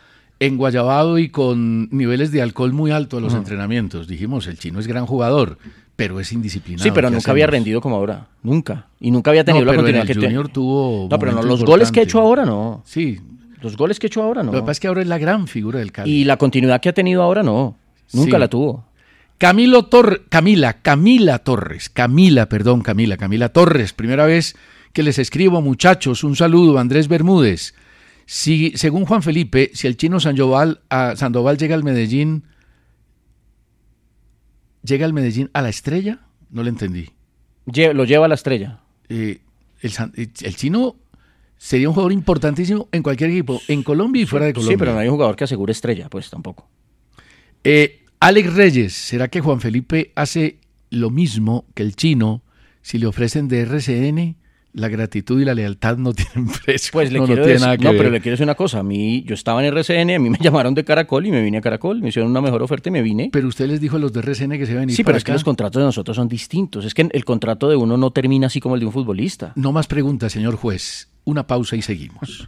[SPEAKER 3] enguayabado y con niveles de alcohol muy altos a los entrenamientos. Dijimos, el chino es gran jugador, pero es indisciplinado.
[SPEAKER 4] sí, pero
[SPEAKER 3] ¿qué
[SPEAKER 4] nunca había
[SPEAKER 3] hacemos?
[SPEAKER 4] rendido como ahora, nunca. Y nunca había
[SPEAKER 3] No,
[SPEAKER 4] tenido la
[SPEAKER 3] pero en
[SPEAKER 4] continuidad
[SPEAKER 3] el
[SPEAKER 4] que tiene.
[SPEAKER 3] Junior tuvo
[SPEAKER 4] No, pero no,
[SPEAKER 3] momento
[SPEAKER 4] los goles que ha
[SPEAKER 3] importante.
[SPEAKER 4] hecho ahora no.
[SPEAKER 3] Sí.
[SPEAKER 4] Los goles que ha hecho ahora no.
[SPEAKER 3] Lo que pasa es que ahora es la gran figura del Cali.
[SPEAKER 4] Y la continuidad que ha tenido ahora no. Nunca
[SPEAKER 3] Sí.
[SPEAKER 4] la tuvo.
[SPEAKER 3] Camilo Tor Camila, Camila Torres, Camila, perdón, Camila, Camila Torres, primera vez que les escribo, muchachos, un saludo, Andrés Bermúdez. Si, según Juan Felipe, si el chino Sandoval, a- Sandoval llega al Medellín, llega al Medellín a la estrella, no le entendí.
[SPEAKER 4] Lle- lo lleva a la estrella.
[SPEAKER 3] Eh, el, San- el chino sería un jugador importantísimo en cualquier equipo, en Colombia y fuera de Colombia.
[SPEAKER 4] Sí, pero no hay un jugador que asegure estrella, pues tampoco.
[SPEAKER 3] Eh, Alex Reyes, ¿será que Juan Felipe hace lo mismo que el chino si le ofrecen de RCN? La gratitud y la lealtad no tienen precio.
[SPEAKER 4] Pues le
[SPEAKER 3] no, no
[SPEAKER 4] quiero
[SPEAKER 3] tiene
[SPEAKER 4] decir-
[SPEAKER 3] nada que
[SPEAKER 4] no,
[SPEAKER 3] ver.
[SPEAKER 4] pero le quiero decir una cosa. A mí, yo estaba en RCN, a mí me llamaron de Caracol y me vine a Caracol. Me hicieron una mejor oferta y me vine.
[SPEAKER 3] Pero usted les dijo a los de RCN que se iban a venir
[SPEAKER 4] sí,
[SPEAKER 3] para
[SPEAKER 4] pero es que
[SPEAKER 3] acá.
[SPEAKER 4] los contratos de nosotros son distintos. Es que el contrato de uno no termina así como el de un futbolista.
[SPEAKER 3] No más preguntas, señor juez. Una pausa y seguimos.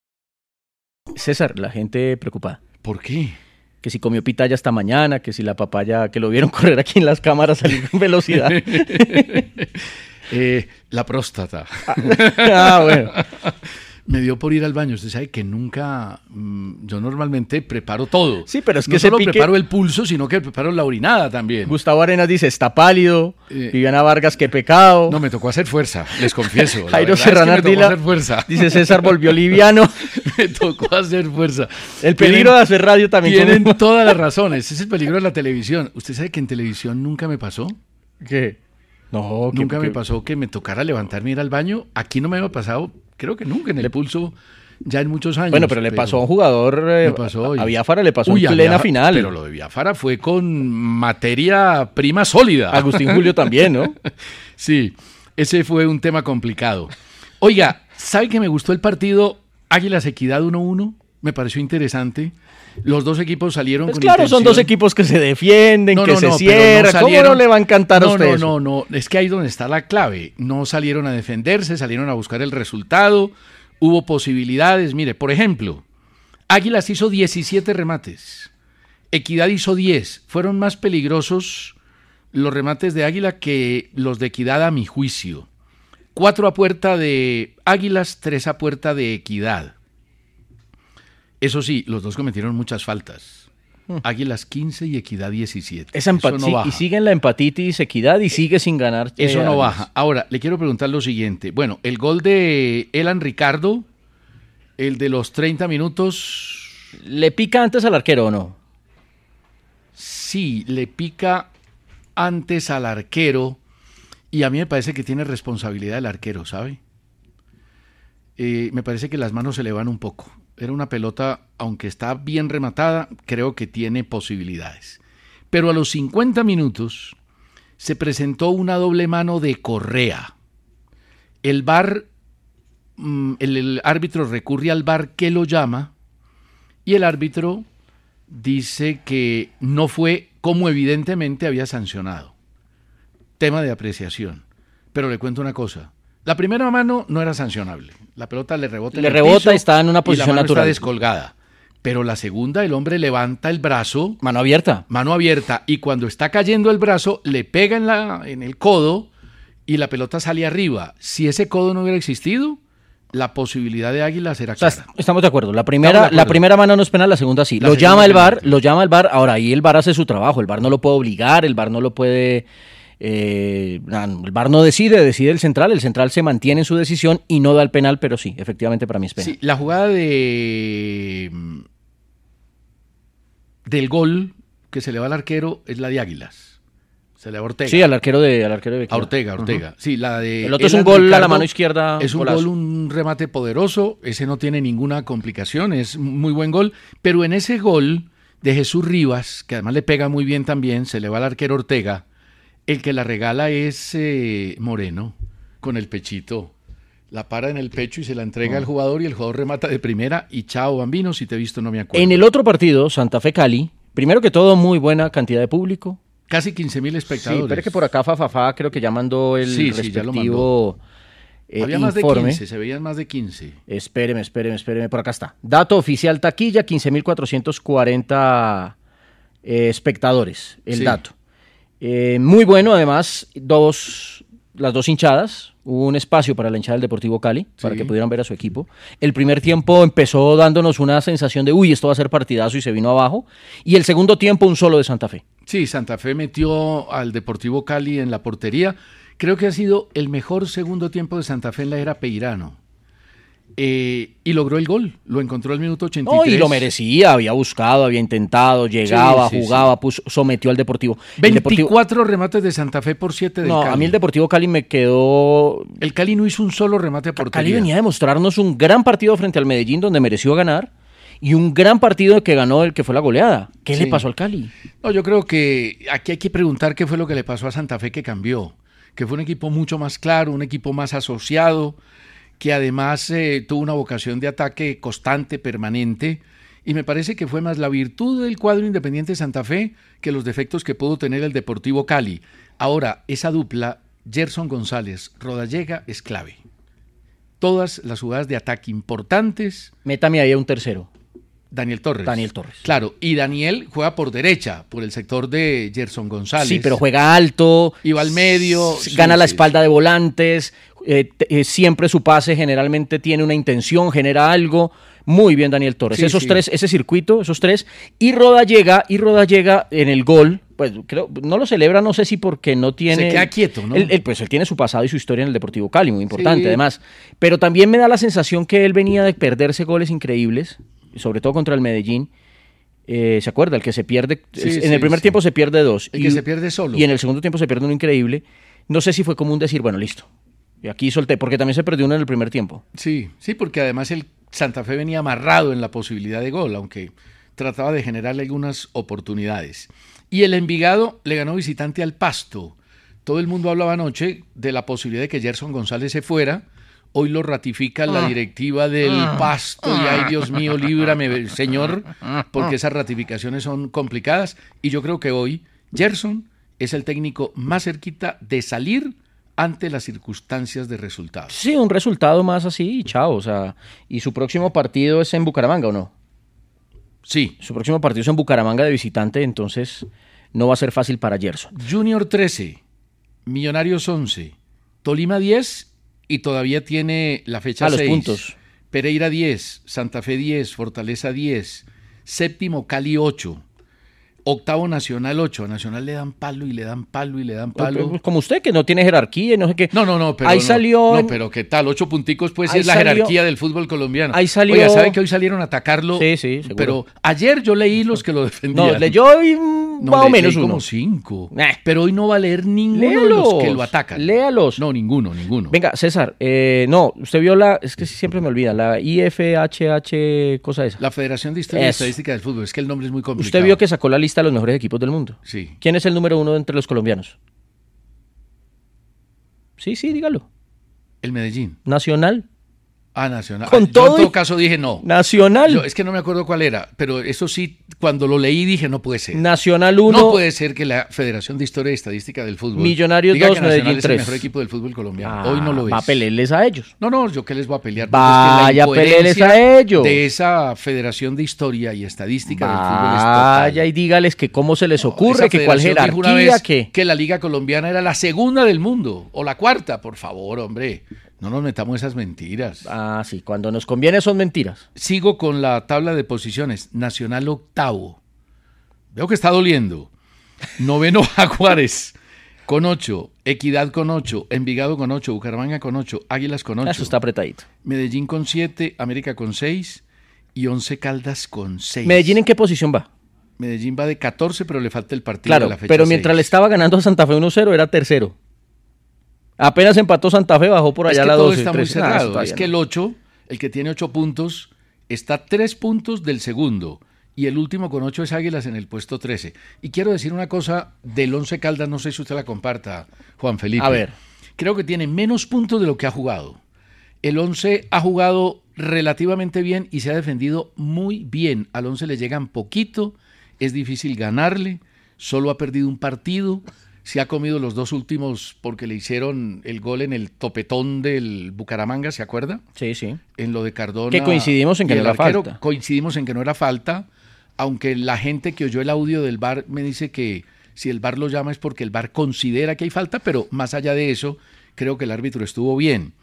[SPEAKER 4] César, la gente preocupada.
[SPEAKER 3] ¿Por qué?
[SPEAKER 4] Que si comió pitaya hasta mañana, que si la papaya, que lo vieron correr aquí en las cámaras salir con velocidad.
[SPEAKER 3] Eh, la próstata.
[SPEAKER 4] ah, bueno.
[SPEAKER 3] Me dio por ir al baño. Usted sabe que nunca. mm, Yo normalmente preparo todo.
[SPEAKER 4] Sí, pero es que
[SPEAKER 3] no
[SPEAKER 4] ese
[SPEAKER 3] solo
[SPEAKER 4] pique-
[SPEAKER 3] preparo el pulso, sino que preparo la orinada también.
[SPEAKER 4] Gustavo Arenas dice, está pálido.
[SPEAKER 3] Eh.
[SPEAKER 4] Viviana Vargas, qué pecado.
[SPEAKER 3] No, me tocó hacer fuerza, les confieso. La
[SPEAKER 4] Jairo
[SPEAKER 3] verdad es que
[SPEAKER 4] Serrano
[SPEAKER 3] me tocó
[SPEAKER 4] Ardila
[SPEAKER 3] hacer fuerza.
[SPEAKER 4] dice, César volvió liviano.
[SPEAKER 3] me tocó hacer fuerza.
[SPEAKER 4] El peligro de hacer radio también. con
[SPEAKER 3] Tienen
[SPEAKER 4] un-
[SPEAKER 3] todas las razones. Ese es el peligro de la televisión. Usted sabe que en televisión nunca me pasó.
[SPEAKER 4] ¿Qué? No, que-
[SPEAKER 3] nunca me
[SPEAKER 4] que-
[SPEAKER 3] pasó que me tocara levantarme y ir al baño. Aquí no me había pasado, creo que nunca, en el pulso, ya en muchos años.
[SPEAKER 4] Bueno, pero le pasó a un jugador. eh,
[SPEAKER 3] me pasó y-
[SPEAKER 4] a Biafara le pasó
[SPEAKER 3] Uy,
[SPEAKER 4] en
[SPEAKER 3] a
[SPEAKER 4] plena
[SPEAKER 3] Biafara-
[SPEAKER 4] final.
[SPEAKER 3] Pero lo de Biafara fue con materia prima sólida.
[SPEAKER 4] Agustín Julio también, ¿no?
[SPEAKER 3] Sí, ese fue un tema complicado. Oiga, ¿sabe que me gustó el partido Águilas Equidad 1-1? Me pareció interesante. Los dos equipos salieron
[SPEAKER 4] Pues
[SPEAKER 3] con
[SPEAKER 4] claro, son dos
[SPEAKER 3] intención.
[SPEAKER 4] equipos que se defienden,
[SPEAKER 3] No,
[SPEAKER 4] que
[SPEAKER 3] no,
[SPEAKER 4] se
[SPEAKER 3] no, pero no
[SPEAKER 4] cierran. ¿Cómo no
[SPEAKER 3] salieron-
[SPEAKER 4] le va a encantar a
[SPEAKER 3] No,
[SPEAKER 4] ustedes?
[SPEAKER 3] No, no, no, es que ahí donde está la clave. No salieron a defenderse, salieron a buscar el resultado. Hubo posibilidades. Mire, por ejemplo, Águilas hizo 17 remates. Equidad hizo 10. Fueron más peligrosos los remates de Águila que los de Equidad a mi juicio. Cuatro a puerta de Águilas, tres a puerta de Equidad. Eso sí, los dos cometieron muchas faltas. Águilas 15 y Equidad 17.
[SPEAKER 4] Esa
[SPEAKER 3] Eso
[SPEAKER 4] Hmm. empa-
[SPEAKER 3] no
[SPEAKER 4] sí,
[SPEAKER 3] baja.
[SPEAKER 4] y siguen la empatitis, equidad y sigue sin ganar. eh,
[SPEAKER 3] Eso no
[SPEAKER 4] Águilas.
[SPEAKER 3] baja. Ahora, le quiero preguntar lo siguiente. Bueno, el gol de Elan Ricardo, el de los 30 minutos,
[SPEAKER 4] ¿Le pica antes al arquero o no?
[SPEAKER 3] sí, le pica antes al arquero. Y a mí me parece que tiene responsabilidad el arquero, ¿sabe? Eh, me parece que las manos se le van un poco. Era una pelota, aunque está bien rematada, creo que tiene posibilidades. Pero a los 50 minutos se presentó una doble mano de Correa. El bar, mm, el, el árbitro recurre al bar que lo llama y el árbitro dice que no fue como evidentemente había sancionado. Tema de apreciación. Pero le cuento una cosa. La primera mano no era sancionable. La pelota le rebota. en
[SPEAKER 4] Le
[SPEAKER 3] el
[SPEAKER 4] rebota y
[SPEAKER 3] piso
[SPEAKER 4] está en una
[SPEAKER 3] y
[SPEAKER 4] posición
[SPEAKER 3] la mano
[SPEAKER 4] natural.
[SPEAKER 3] Está descolgada. Pero la segunda, el hombre levanta el brazo
[SPEAKER 4] Mano abierta.
[SPEAKER 3] mano abierta y cuando está cayendo el brazo le pega en, la, en el codo y la pelota sale arriba. Si ese codo no hubiera existido, la posibilidad de Águila será
[SPEAKER 4] O sea,
[SPEAKER 3] clara.
[SPEAKER 4] est- estamos de acuerdo. La primera,
[SPEAKER 3] Estamos de
[SPEAKER 4] la
[SPEAKER 3] acuerdo.
[SPEAKER 4] primera mano no es penal, la segunda sí.
[SPEAKER 3] La
[SPEAKER 4] lo
[SPEAKER 3] segunda
[SPEAKER 4] llama el
[SPEAKER 3] es
[SPEAKER 4] bar,
[SPEAKER 3] penalti.
[SPEAKER 4] lo llama el bar. Ahora ahí el bar hace su trabajo. El bar no lo puede obligar, el bar no lo puede. eh, na- el bar no decide, decide el central. El central se mantiene en su decisión y no da el penal, pero sí, efectivamente para mí es penal.
[SPEAKER 3] Sí, la jugada de del gol que se le va al arquero es la de Águilas. Se le va a Ortega.
[SPEAKER 4] Sí, al arquero de al arquero de
[SPEAKER 3] A
[SPEAKER 4] Bequia.
[SPEAKER 3] Ortega, Ortega. Sí, la de.
[SPEAKER 4] El otro es un
[SPEAKER 3] Elan
[SPEAKER 4] gol a la mano izquierda,
[SPEAKER 3] Es un
[SPEAKER 4] golazo.
[SPEAKER 3] gol, un remate poderoso. Ese no tiene ninguna complicación. Es muy buen gol. Pero en ese gol de Jesús Rivas, que además le pega muy bien también, se le va al arquero Ortega. El que la regala es eh, Moreno, con el pechito. La para en el pecho y se la
[SPEAKER 4] Ah.
[SPEAKER 3] entrega al jugador y el jugador remata de primera y chao, bambino, si te he visto no me acuerdo.
[SPEAKER 4] En el otro partido, Santa Fe Cali, primero que todo, muy buena cantidad de público.
[SPEAKER 3] Casi 15.000 mil espectadores.
[SPEAKER 4] Sí, pero es que por acá Fafafá creo que ya mandó el
[SPEAKER 3] Sí, sí, ya lo
[SPEAKER 4] respectivo eh,
[SPEAKER 3] Había más de
[SPEAKER 4] informe.
[SPEAKER 3] 15, se veían más de 15.
[SPEAKER 4] Espéreme, espéreme, espéreme. Por acá está. Dato oficial taquilla, 15.440 eh, espectadores, el
[SPEAKER 3] Sí.
[SPEAKER 4] dato. Eh, muy bueno, además, dos, las dos hinchadas. Hubo un espacio para la hinchada del Deportivo Cali, para
[SPEAKER 3] Sí.
[SPEAKER 4] que pudieran ver a su equipo. El primer tiempo empezó dándonos una sensación de, uy, esto va a ser partidazo y se vino abajo. Y el segundo tiempo, un solo de Santa Fe.
[SPEAKER 3] Sí, Santa Fe metió al Deportivo Cali en la portería. Creo que ha sido el mejor segundo tiempo de Santa Fe en la era Peirano. Eh, y logró el gol, lo encontró al minuto 83.
[SPEAKER 4] No, y lo merecía, había buscado, había intentado, llegaba,
[SPEAKER 3] Sí, sí, sí.
[SPEAKER 4] jugaba, puso- sometió al Deportivo. El
[SPEAKER 3] 24
[SPEAKER 4] Deportivo-
[SPEAKER 3] remates de Santa Fe por 7 del
[SPEAKER 4] no,
[SPEAKER 3] Cali.
[SPEAKER 4] a mí el Deportivo Cali me quedó
[SPEAKER 3] El Cali no hizo un solo remate a portería.
[SPEAKER 4] Cali venía a demostrarnos un gran partido frente al Medellín donde mereció ganar y un gran partido que ganó el que fue la goleada. ¿Qué le
[SPEAKER 3] Sí.
[SPEAKER 4] pasó al Cali?
[SPEAKER 3] No, yo creo que aquí hay que preguntar qué fue lo que le pasó a Santa Fe que cambió, que fue un equipo mucho más claro, un equipo más asociado, que además eh, tuvo una vocación de ataque constante, permanente, y me parece que fue más la virtud del cuadro independiente de Santa Fe que los defectos que pudo tener el Deportivo Cali. Ahora, esa dupla, Gerson González, Rodallega, es clave. Todas las jugadas de ataque importantes
[SPEAKER 4] Métame ahí a un tercero.
[SPEAKER 3] Daniel Torres.
[SPEAKER 4] Daniel Torres.
[SPEAKER 3] Claro, y Daniel juega por derecha, por el sector de Gerson González.
[SPEAKER 4] Sí, pero juega alto.
[SPEAKER 3] Y va al medio,
[SPEAKER 4] s-
[SPEAKER 3] sí,
[SPEAKER 4] Gana la
[SPEAKER 3] sí,
[SPEAKER 4] espalda de volantes. eh, te- eh, siempre su pase generalmente tiene una intención, genera algo. Muy bien, Daniel Torres.
[SPEAKER 3] Sí,
[SPEAKER 4] esos
[SPEAKER 3] sí.
[SPEAKER 4] tres, ese circuito, esos tres. Y Roda llega, y Roda llega en el gol. Pues creo, no lo celebra, no sé si porque no tiene.
[SPEAKER 3] queda quieto, ¿no?
[SPEAKER 4] Él- él, pues él tiene su pasado y su historia en el Deportivo Cali, muy importante
[SPEAKER 3] Sí.
[SPEAKER 4] además. Pero también me da la sensación que él venía de perderse goles increíbles, sobre todo contra el Medellín. Eh, ¿Se acuerda? El que se pierde.
[SPEAKER 3] Sí,
[SPEAKER 4] en
[SPEAKER 3] sí,
[SPEAKER 4] el primer
[SPEAKER 3] sí.
[SPEAKER 4] tiempo se pierde dos.
[SPEAKER 3] El que se pierde solo.
[SPEAKER 4] Y en el segundo tiempo se pierde uno increíble. No sé si fue común decir, bueno, listo. Y aquí solté, porque también se perdió uno en el primer tiempo.
[SPEAKER 3] Sí, sí, porque además el Santa Fe venía amarrado en la posibilidad de gol, aunque trataba de generarle algunas oportunidades. Y el Envigado le ganó visitante al Pasto. Todo el mundo hablaba anoche de la posibilidad de que Gerson González se fuera. Hoy lo ratifica la directiva del Pasto y ay Dios mío, líbrame, señor, porque esas ratificaciones son complicadas y yo creo que hoy Gerson es el técnico más cerquita de salir ante las circunstancias de resultados.
[SPEAKER 4] Sí, un resultado más así y chao. O sea, ¿y su próximo partido es en Bucaramanga o no?
[SPEAKER 3] Sí,
[SPEAKER 4] Su próximo partido es en Bucaramanga de visitante, entonces no va a ser fácil para Gerson.
[SPEAKER 3] Junior 13, Millonarios 11, Tolima 10 y todavía tiene la fecha
[SPEAKER 4] Ah, los
[SPEAKER 3] 6.
[SPEAKER 4] puntos.
[SPEAKER 3] Pereira 10, Santa Fe 10, Fortaleza 10, séptimo Cali 8, octavo Nacional 8. A Nacional le dan palo y le dan palo y le dan palo.
[SPEAKER 4] Pues, Como usted, que no tiene jerarquía y no sé qué.
[SPEAKER 3] No, no, no, pero
[SPEAKER 4] Oh, Ahí
[SPEAKER 3] no,
[SPEAKER 4] salió.
[SPEAKER 3] no, pero qué tal, ocho punticos, pues
[SPEAKER 4] Ahí
[SPEAKER 3] es la
[SPEAKER 4] salió-
[SPEAKER 3] jerarquía del fútbol colombiano.
[SPEAKER 4] Ahí salió-
[SPEAKER 3] Oiga, ¿saben que hoy salieron a atacarlo?
[SPEAKER 4] Sí, sí, seguro.
[SPEAKER 3] Pero ayer yo leí los que lo defendían.
[SPEAKER 4] No, leyó y mm,
[SPEAKER 3] No,
[SPEAKER 4] más o
[SPEAKER 3] le-
[SPEAKER 4] menos
[SPEAKER 3] leí
[SPEAKER 4] uno.
[SPEAKER 3] como cinco.
[SPEAKER 4] Nah.
[SPEAKER 3] Pero hoy no va a leer ninguno de los que
[SPEAKER 4] Léalos,
[SPEAKER 3] lo atacan.
[SPEAKER 4] léalos.
[SPEAKER 3] No, ninguno, ninguno.
[SPEAKER 4] Venga, César, eh, no, usted vio la, es que siempre me olvida, la IFHH, cosa esa.
[SPEAKER 3] La Federación de Historia y
[SPEAKER 4] Eso.
[SPEAKER 3] Estadística del Fútbol. Es que el nombre es muy complicado.
[SPEAKER 4] usted vio que sacó la lista de los mejores equipos del mundo.
[SPEAKER 3] Sí.
[SPEAKER 4] ¿Quién es el número uno entre los colombianos? Sí, sí, dígalo.
[SPEAKER 3] El Medellín.
[SPEAKER 4] Nacional.
[SPEAKER 3] Ah, Nacional.
[SPEAKER 4] Con
[SPEAKER 3] Ah, yo
[SPEAKER 4] todo
[SPEAKER 3] en todo
[SPEAKER 4] y-
[SPEAKER 3] caso dije no.
[SPEAKER 4] Nacional.
[SPEAKER 3] Yo- es que no me acuerdo cuál era, pero eso sí, cuando lo leí dije no puede ser.
[SPEAKER 4] Nacional 1.
[SPEAKER 3] no puede ser que la Federación de Historia y Estadística del Fútbol.
[SPEAKER 4] Millonarios
[SPEAKER 3] diga
[SPEAKER 4] dos,
[SPEAKER 3] que Nacional
[SPEAKER 4] Medellín
[SPEAKER 3] es el
[SPEAKER 4] tres.
[SPEAKER 3] mejor equipo del fútbol colombiano. Hoy no lo es.
[SPEAKER 4] Ah, Va a pelearles a ellos.
[SPEAKER 3] No, no, yo qué les voy a pelear.
[SPEAKER 4] Vaya,
[SPEAKER 3] porque es que la
[SPEAKER 4] peleles a
[SPEAKER 3] incoherencia
[SPEAKER 4] ellos.
[SPEAKER 3] De esa Federación de Historia y Estadística del
[SPEAKER 4] Vaya
[SPEAKER 3] Fútbol es total.
[SPEAKER 4] y dígales que cómo se les
[SPEAKER 3] No,
[SPEAKER 4] ocurre,
[SPEAKER 3] esa
[SPEAKER 4] que cuál
[SPEAKER 3] federación dijo una
[SPEAKER 4] jerarquía,
[SPEAKER 3] vez
[SPEAKER 4] que...
[SPEAKER 3] la Liga Colombiana era la segunda del mundo, o la cuarta, por favor, hombre. No nos metamos esas mentiras.
[SPEAKER 4] Ah, sí, cuando nos conviene son mentiras.
[SPEAKER 3] Sigo con la tabla de posiciones. Nacional octavo. Veo que está doliendo. Noveno Jaguares con ocho. Equidad con ocho. Envigado con ocho. Bucaramanga con ocho. Águilas con ocho.
[SPEAKER 4] Eso está apretadito.
[SPEAKER 3] Medellín con siete. América con seis. Y once Caldas con seis.
[SPEAKER 4] ¿Medellín en qué posición va?
[SPEAKER 3] Medellín va de 14, pero le falta el partido
[SPEAKER 4] Claro,
[SPEAKER 3] de la fecha
[SPEAKER 4] pero mientras
[SPEAKER 3] seis.
[SPEAKER 4] le estaba ganando a Santa Fe 1-0, era tercero. Apenas empató Santa Fe, bajó por
[SPEAKER 3] Es
[SPEAKER 4] allá
[SPEAKER 3] que
[SPEAKER 4] la Ah,
[SPEAKER 3] todo
[SPEAKER 4] 12.
[SPEAKER 3] está muy
[SPEAKER 4] 13. Nah, eso
[SPEAKER 3] cerrado.
[SPEAKER 4] todavía
[SPEAKER 3] es que
[SPEAKER 4] no.
[SPEAKER 3] el 8, el que tiene 8 puntos, está a 3 puntos del segundo. Y el último con 8 es Águilas en el puesto 13. Y quiero decir una cosa del 11 Caldas, no sé si usted la comparta, Juan Felipe.
[SPEAKER 4] A ver.
[SPEAKER 3] Creo que tiene menos puntos de lo que ha jugado. El 11 ha jugado relativamente bien y se ha defendido muy bien. Al 11 le llegan poquito, es difícil ganarle, solo ha perdido un partido, se ha comido los dos últimos porque le hicieron el gol en el topetón del Bucaramanga, ¿se acuerda?
[SPEAKER 4] Sí, sí.
[SPEAKER 3] En lo de Cardona.
[SPEAKER 4] Que coincidimos en que
[SPEAKER 3] y
[SPEAKER 4] no
[SPEAKER 3] el
[SPEAKER 4] era
[SPEAKER 3] arquero,
[SPEAKER 4] falta.
[SPEAKER 3] Coincidimos en que no era falta, aunque la gente que oyó el audio del bar me dice que si el bar lo llama es porque el bar considera que hay falta, pero más allá de eso, creo que el árbitro estuvo bien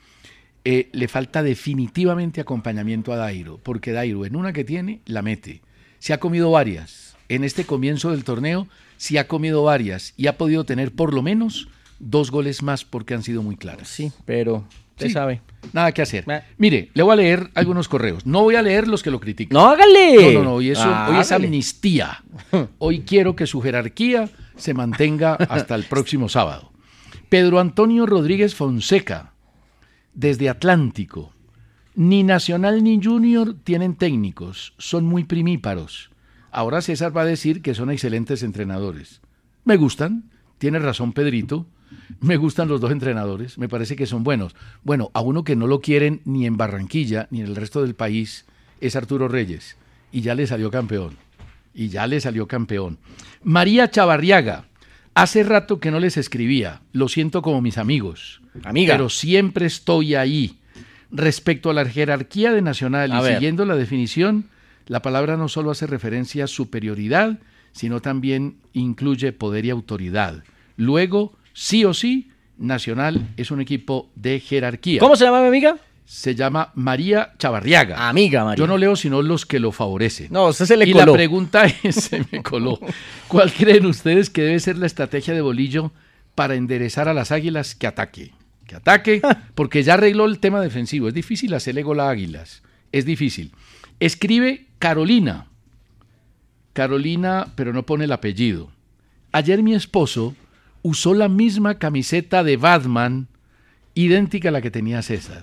[SPEAKER 3] eh, le falta definitivamente acompañamiento a Dairo, porque Dairo en una que tiene la mete. Se ha comido varias. En este comienzo del torneo se ha comido varias y ha podido tener por lo menos dos goles más porque han sido muy claras.
[SPEAKER 4] Sí, pero usted
[SPEAKER 3] Sí.
[SPEAKER 4] sabe.
[SPEAKER 3] Nada que hacer.
[SPEAKER 4] Nah.
[SPEAKER 3] Mire, le voy a leer algunos correos. No voy a leer los que lo critican.
[SPEAKER 4] ¡No, hágale!
[SPEAKER 3] No, no, no, hoy es,
[SPEAKER 4] Ah,
[SPEAKER 3] hoy es
[SPEAKER 4] hágale.
[SPEAKER 3] amnistía. Hoy quiero que su jerarquía se mantenga hasta el próximo sábado. Pedro Antonio Rodríguez Fonseca, desde Atlántico. Ni Nacional ni Junior tienen técnicos, son muy primíparos. Ahora César va a decir que son excelentes entrenadores. Me gustan, tiene razón Pedrito. Me gustan los dos entrenadores, me parece que son buenos. Bueno, a uno que no lo quieren ni en Barranquilla ni en el resto del país es Arturo Reyes. Y ya le salió campeón. Y ya le salió campeón. María Chavarriaga, hace rato que no les escribía. Lo siento como mis amigos.
[SPEAKER 4] Amiga.
[SPEAKER 3] Pero siempre estoy ahí. Respecto a la jerarquía de Nacional
[SPEAKER 4] A
[SPEAKER 3] y
[SPEAKER 4] ver.
[SPEAKER 3] siguiendo la definición, la palabra no solo hace referencia a superioridad, sino también incluye poder y autoridad. Luego, sí o sí, Nacional es un equipo de jerarquía.
[SPEAKER 4] ¿Cómo se llama mi amiga?
[SPEAKER 3] Se llama María Chavarriaga.
[SPEAKER 4] Amiga, María.
[SPEAKER 3] Yo no leo sino los que lo favorecen.
[SPEAKER 4] No, usted se le
[SPEAKER 3] y
[SPEAKER 4] coló.
[SPEAKER 3] la pregunta es, se me coló. ¿Cuál creen ustedes que debe ser la estrategia de Bolillo para enderezar a las águilas que ataque? Que ataque,
[SPEAKER 4] Ah.
[SPEAKER 3] porque ya arregló el tema defensivo. Es difícil hacerle gol a águilas. Es difícil. Escribe Carolina. Carolina, pero no pone el apellido. Ayer mi esposo usó la misma camiseta de Batman, idéntica a la que tenía César.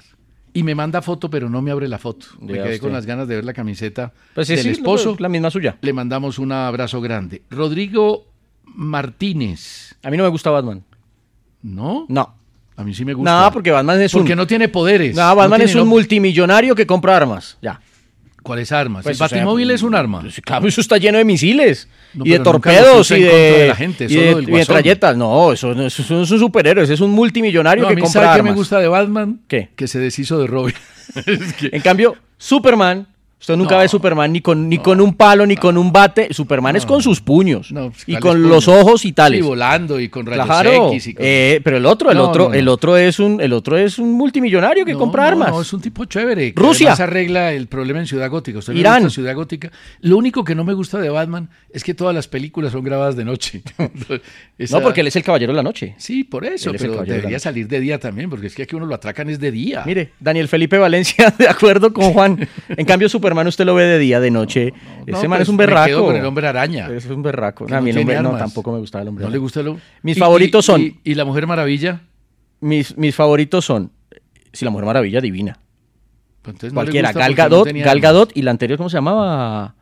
[SPEAKER 3] Y me manda foto, pero no me abre la foto. Me
[SPEAKER 4] Vea
[SPEAKER 3] quedé
[SPEAKER 4] usted.
[SPEAKER 3] con las ganas de ver la camiseta
[SPEAKER 4] Pues sí,
[SPEAKER 3] del
[SPEAKER 4] sí,
[SPEAKER 3] esposo.
[SPEAKER 4] la misma suya.
[SPEAKER 3] Le mandamos un abrazo grande. Rodrigo Martínez,
[SPEAKER 4] A mí no me gusta Batman.
[SPEAKER 3] ¿no?
[SPEAKER 4] No.
[SPEAKER 3] A mí sí me gusta.
[SPEAKER 4] No, porque Batman es
[SPEAKER 3] Porque
[SPEAKER 4] un...
[SPEAKER 3] no tiene poderes.
[SPEAKER 4] No, Batman
[SPEAKER 3] tiene
[SPEAKER 4] es un
[SPEAKER 3] no-
[SPEAKER 4] multimillonario que compra armas. Ya.
[SPEAKER 3] ¿Cuáles armas?
[SPEAKER 4] Pues,
[SPEAKER 3] el
[SPEAKER 4] o sea,
[SPEAKER 3] batimóvil es un arma.
[SPEAKER 4] Pues, claro, eso está lleno de misiles
[SPEAKER 3] No,
[SPEAKER 4] y de
[SPEAKER 3] pero nunca los
[SPEAKER 4] torpedos
[SPEAKER 3] usa
[SPEAKER 4] y
[SPEAKER 3] en
[SPEAKER 4] de,
[SPEAKER 3] contra de la gente,
[SPEAKER 4] y
[SPEAKER 3] solo
[SPEAKER 4] de-
[SPEAKER 3] del
[SPEAKER 4] y de
[SPEAKER 3] guasón.
[SPEAKER 4] trayectas. No, eso, no eso, no es un superhéroe, ese es un multimillonario
[SPEAKER 3] No, a
[SPEAKER 4] que
[SPEAKER 3] mí,
[SPEAKER 4] compra
[SPEAKER 3] ¿sabe qué
[SPEAKER 4] armas.
[SPEAKER 3] me gusta de Batman?
[SPEAKER 4] ¿Qué?
[SPEAKER 3] Que se deshizo de Robin. Es que-
[SPEAKER 4] En cambio, Superman, usted nunca
[SPEAKER 3] No.
[SPEAKER 4] ve Superman ni con ni con un palo ni con un bate, Superman es con sus puños
[SPEAKER 3] No, pues,
[SPEAKER 4] y
[SPEAKER 3] ¿cuáles
[SPEAKER 4] con
[SPEAKER 3] puños?
[SPEAKER 4] los ojos y tales.
[SPEAKER 3] Y volando y con rayos
[SPEAKER 4] Claro,
[SPEAKER 3] X y con-
[SPEAKER 4] eh, pero el otro, el
[SPEAKER 3] No,
[SPEAKER 4] otro,
[SPEAKER 3] no, no.
[SPEAKER 4] el otro es un, el otro es un multimillonario que
[SPEAKER 3] No,
[SPEAKER 4] compra
[SPEAKER 3] no,
[SPEAKER 4] armas.
[SPEAKER 3] No, es un tipo chévere. que
[SPEAKER 4] Rusia.
[SPEAKER 3] además arregla el problema en Ciudad Gótica. Usted me
[SPEAKER 4] Irán.
[SPEAKER 3] gusta Ciudad Gótica. Lo único que no me gusta de Batman es que todas las películas son grabadas de noche. Esa-
[SPEAKER 4] No, porque él es el caballero de la noche.
[SPEAKER 3] Sí, por eso,
[SPEAKER 4] Él es el
[SPEAKER 3] pero
[SPEAKER 4] caballero de la
[SPEAKER 3] debería
[SPEAKER 4] noche.
[SPEAKER 3] salir de día también, porque es que aquí uno lo atracan es de día.
[SPEAKER 4] Mire, Daniel Felipe Valencia, de acuerdo con Juan. En cambio, Superman usted lo ve de día, de noche.
[SPEAKER 3] No,
[SPEAKER 4] Ese man
[SPEAKER 3] pues,
[SPEAKER 4] es un
[SPEAKER 3] me quedo
[SPEAKER 4] berraco.
[SPEAKER 3] con el hombre araña.
[SPEAKER 4] Es un berraco.
[SPEAKER 3] que
[SPEAKER 4] No, a mí el
[SPEAKER 3] tiene
[SPEAKER 4] hombre- no,
[SPEAKER 3] armas.
[SPEAKER 4] tampoco me gustaba el hombre.
[SPEAKER 3] ¿No le gusta lo...
[SPEAKER 4] Mis
[SPEAKER 3] Y-
[SPEAKER 4] favoritos
[SPEAKER 3] y-
[SPEAKER 4] son-
[SPEAKER 3] Y, y la Mujer Maravilla?
[SPEAKER 4] Mis, mis favoritos son, si la Mujer Maravilla divina,
[SPEAKER 3] Pues entonces no le
[SPEAKER 4] cualquiera,
[SPEAKER 3] gusta
[SPEAKER 4] Gal
[SPEAKER 3] porque no
[SPEAKER 4] Gadot,
[SPEAKER 3] tenía
[SPEAKER 4] Gal
[SPEAKER 3] armas.
[SPEAKER 4] Gadot y la anterior, ¿cómo se llamaba?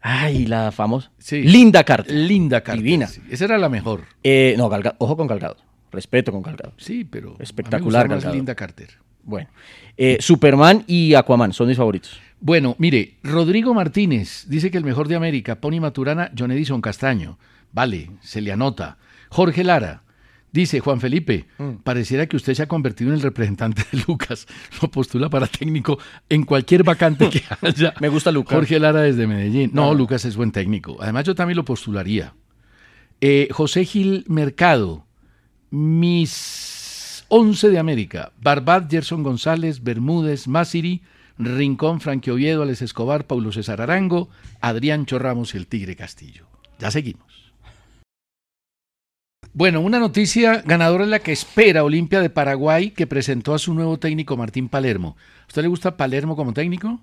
[SPEAKER 4] Ay, la famosa.
[SPEAKER 3] Sí.
[SPEAKER 4] Linda Carter.
[SPEAKER 3] Linda Carter.
[SPEAKER 4] Divina.
[SPEAKER 3] sí. Esa era la mejor.
[SPEAKER 4] Eh, no, Gal Gadot- ojo con Gal Gadot. Respeto con Gal Gadot.
[SPEAKER 3] Sí, pero. a mí me
[SPEAKER 4] Espectacular,
[SPEAKER 3] gusta más
[SPEAKER 4] Gal Gadot.
[SPEAKER 3] Linda Carter.
[SPEAKER 4] Bueno, eh, Superman y Aquaman son mis favoritos.
[SPEAKER 3] Bueno, mire, Rodrigo Martínez dice que el mejor de América, Pony Maturana, John Edison Castaño. Vale, se le anota. Jorge Lara dice, Juan Felipe,
[SPEAKER 4] Mm.
[SPEAKER 3] pareciera que usted se ha convertido en el representante de Lucas. Lo postula para técnico en cualquier vacante que haya.
[SPEAKER 4] Me gusta Lucas.
[SPEAKER 3] Jorge Lara desde Medellín. No, Lucas es buen técnico. Además, yo también lo postularía. Eh, José Gil Mercado, mis 11 de América. Barbat, Gerson González, Bermúdez, Masiri, Rincón, Frankie Oviedo, Alex Escobar, Paulo César Arango, Adrián Chorramos y el Tigre Castillo. Ya seguimos. Bueno, una noticia ganadora es la que espera Olimpia de Paraguay, que presentó a su nuevo técnico Martín Palermo. ¿A usted le gusta Palermo como técnico?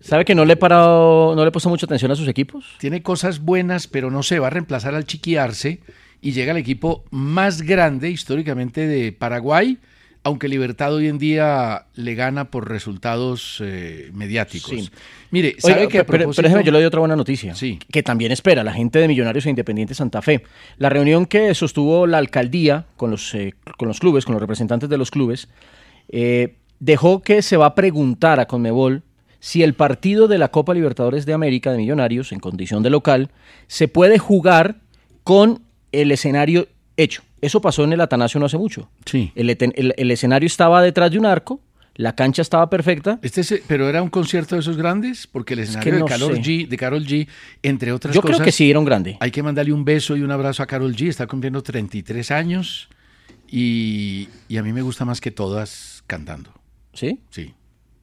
[SPEAKER 4] ¿Sabe que no le he parado, no le he puesto mucha atención a sus equipos?
[SPEAKER 3] tiene cosas buenas, pero no se va a reemplazar al chiquiarse y llega el equipo más grande históricamente de Paraguay, aunque Libertad hoy en día le gana por resultados eh, mediáticos.
[SPEAKER 4] Sí.
[SPEAKER 3] Mire, sabe
[SPEAKER 4] Oiga,
[SPEAKER 3] que a
[SPEAKER 4] pero- pero,
[SPEAKER 3] propósito-
[SPEAKER 4] déjeme, yo le doy otra buena noticia.
[SPEAKER 3] Sí.
[SPEAKER 4] Que también espera la gente de Millonarios e Independiente Santa Fe. La reunión que sostuvo la alcaldía con los, eh, con los clubes, con los representantes de los clubes, eh, dejó que se va a preguntar a Conmebol si el partido de la Copa Libertadores de América de Millonarios, en condición de local, se puede jugar con el escenario hecho. Eso pasó en el Atanasio no hace mucho.
[SPEAKER 3] Sí.
[SPEAKER 4] El, eten- el- el escenario estaba detrás de un arco, la cancha estaba perfecta.
[SPEAKER 3] Este es- pero era un concierto de esos grandes, porque el escenario
[SPEAKER 4] no
[SPEAKER 3] de, Karol
[SPEAKER 4] sé.
[SPEAKER 3] G, de Karol G, entre otras
[SPEAKER 4] Yo
[SPEAKER 3] cosas.
[SPEAKER 4] creo que sí dieron grande.
[SPEAKER 3] Hay que mandarle un beso y un abrazo a Carol G. Está cumpliendo 33 años y, y a mí me gusta más que todas cantando.
[SPEAKER 4] ¿Sí?
[SPEAKER 3] Sí.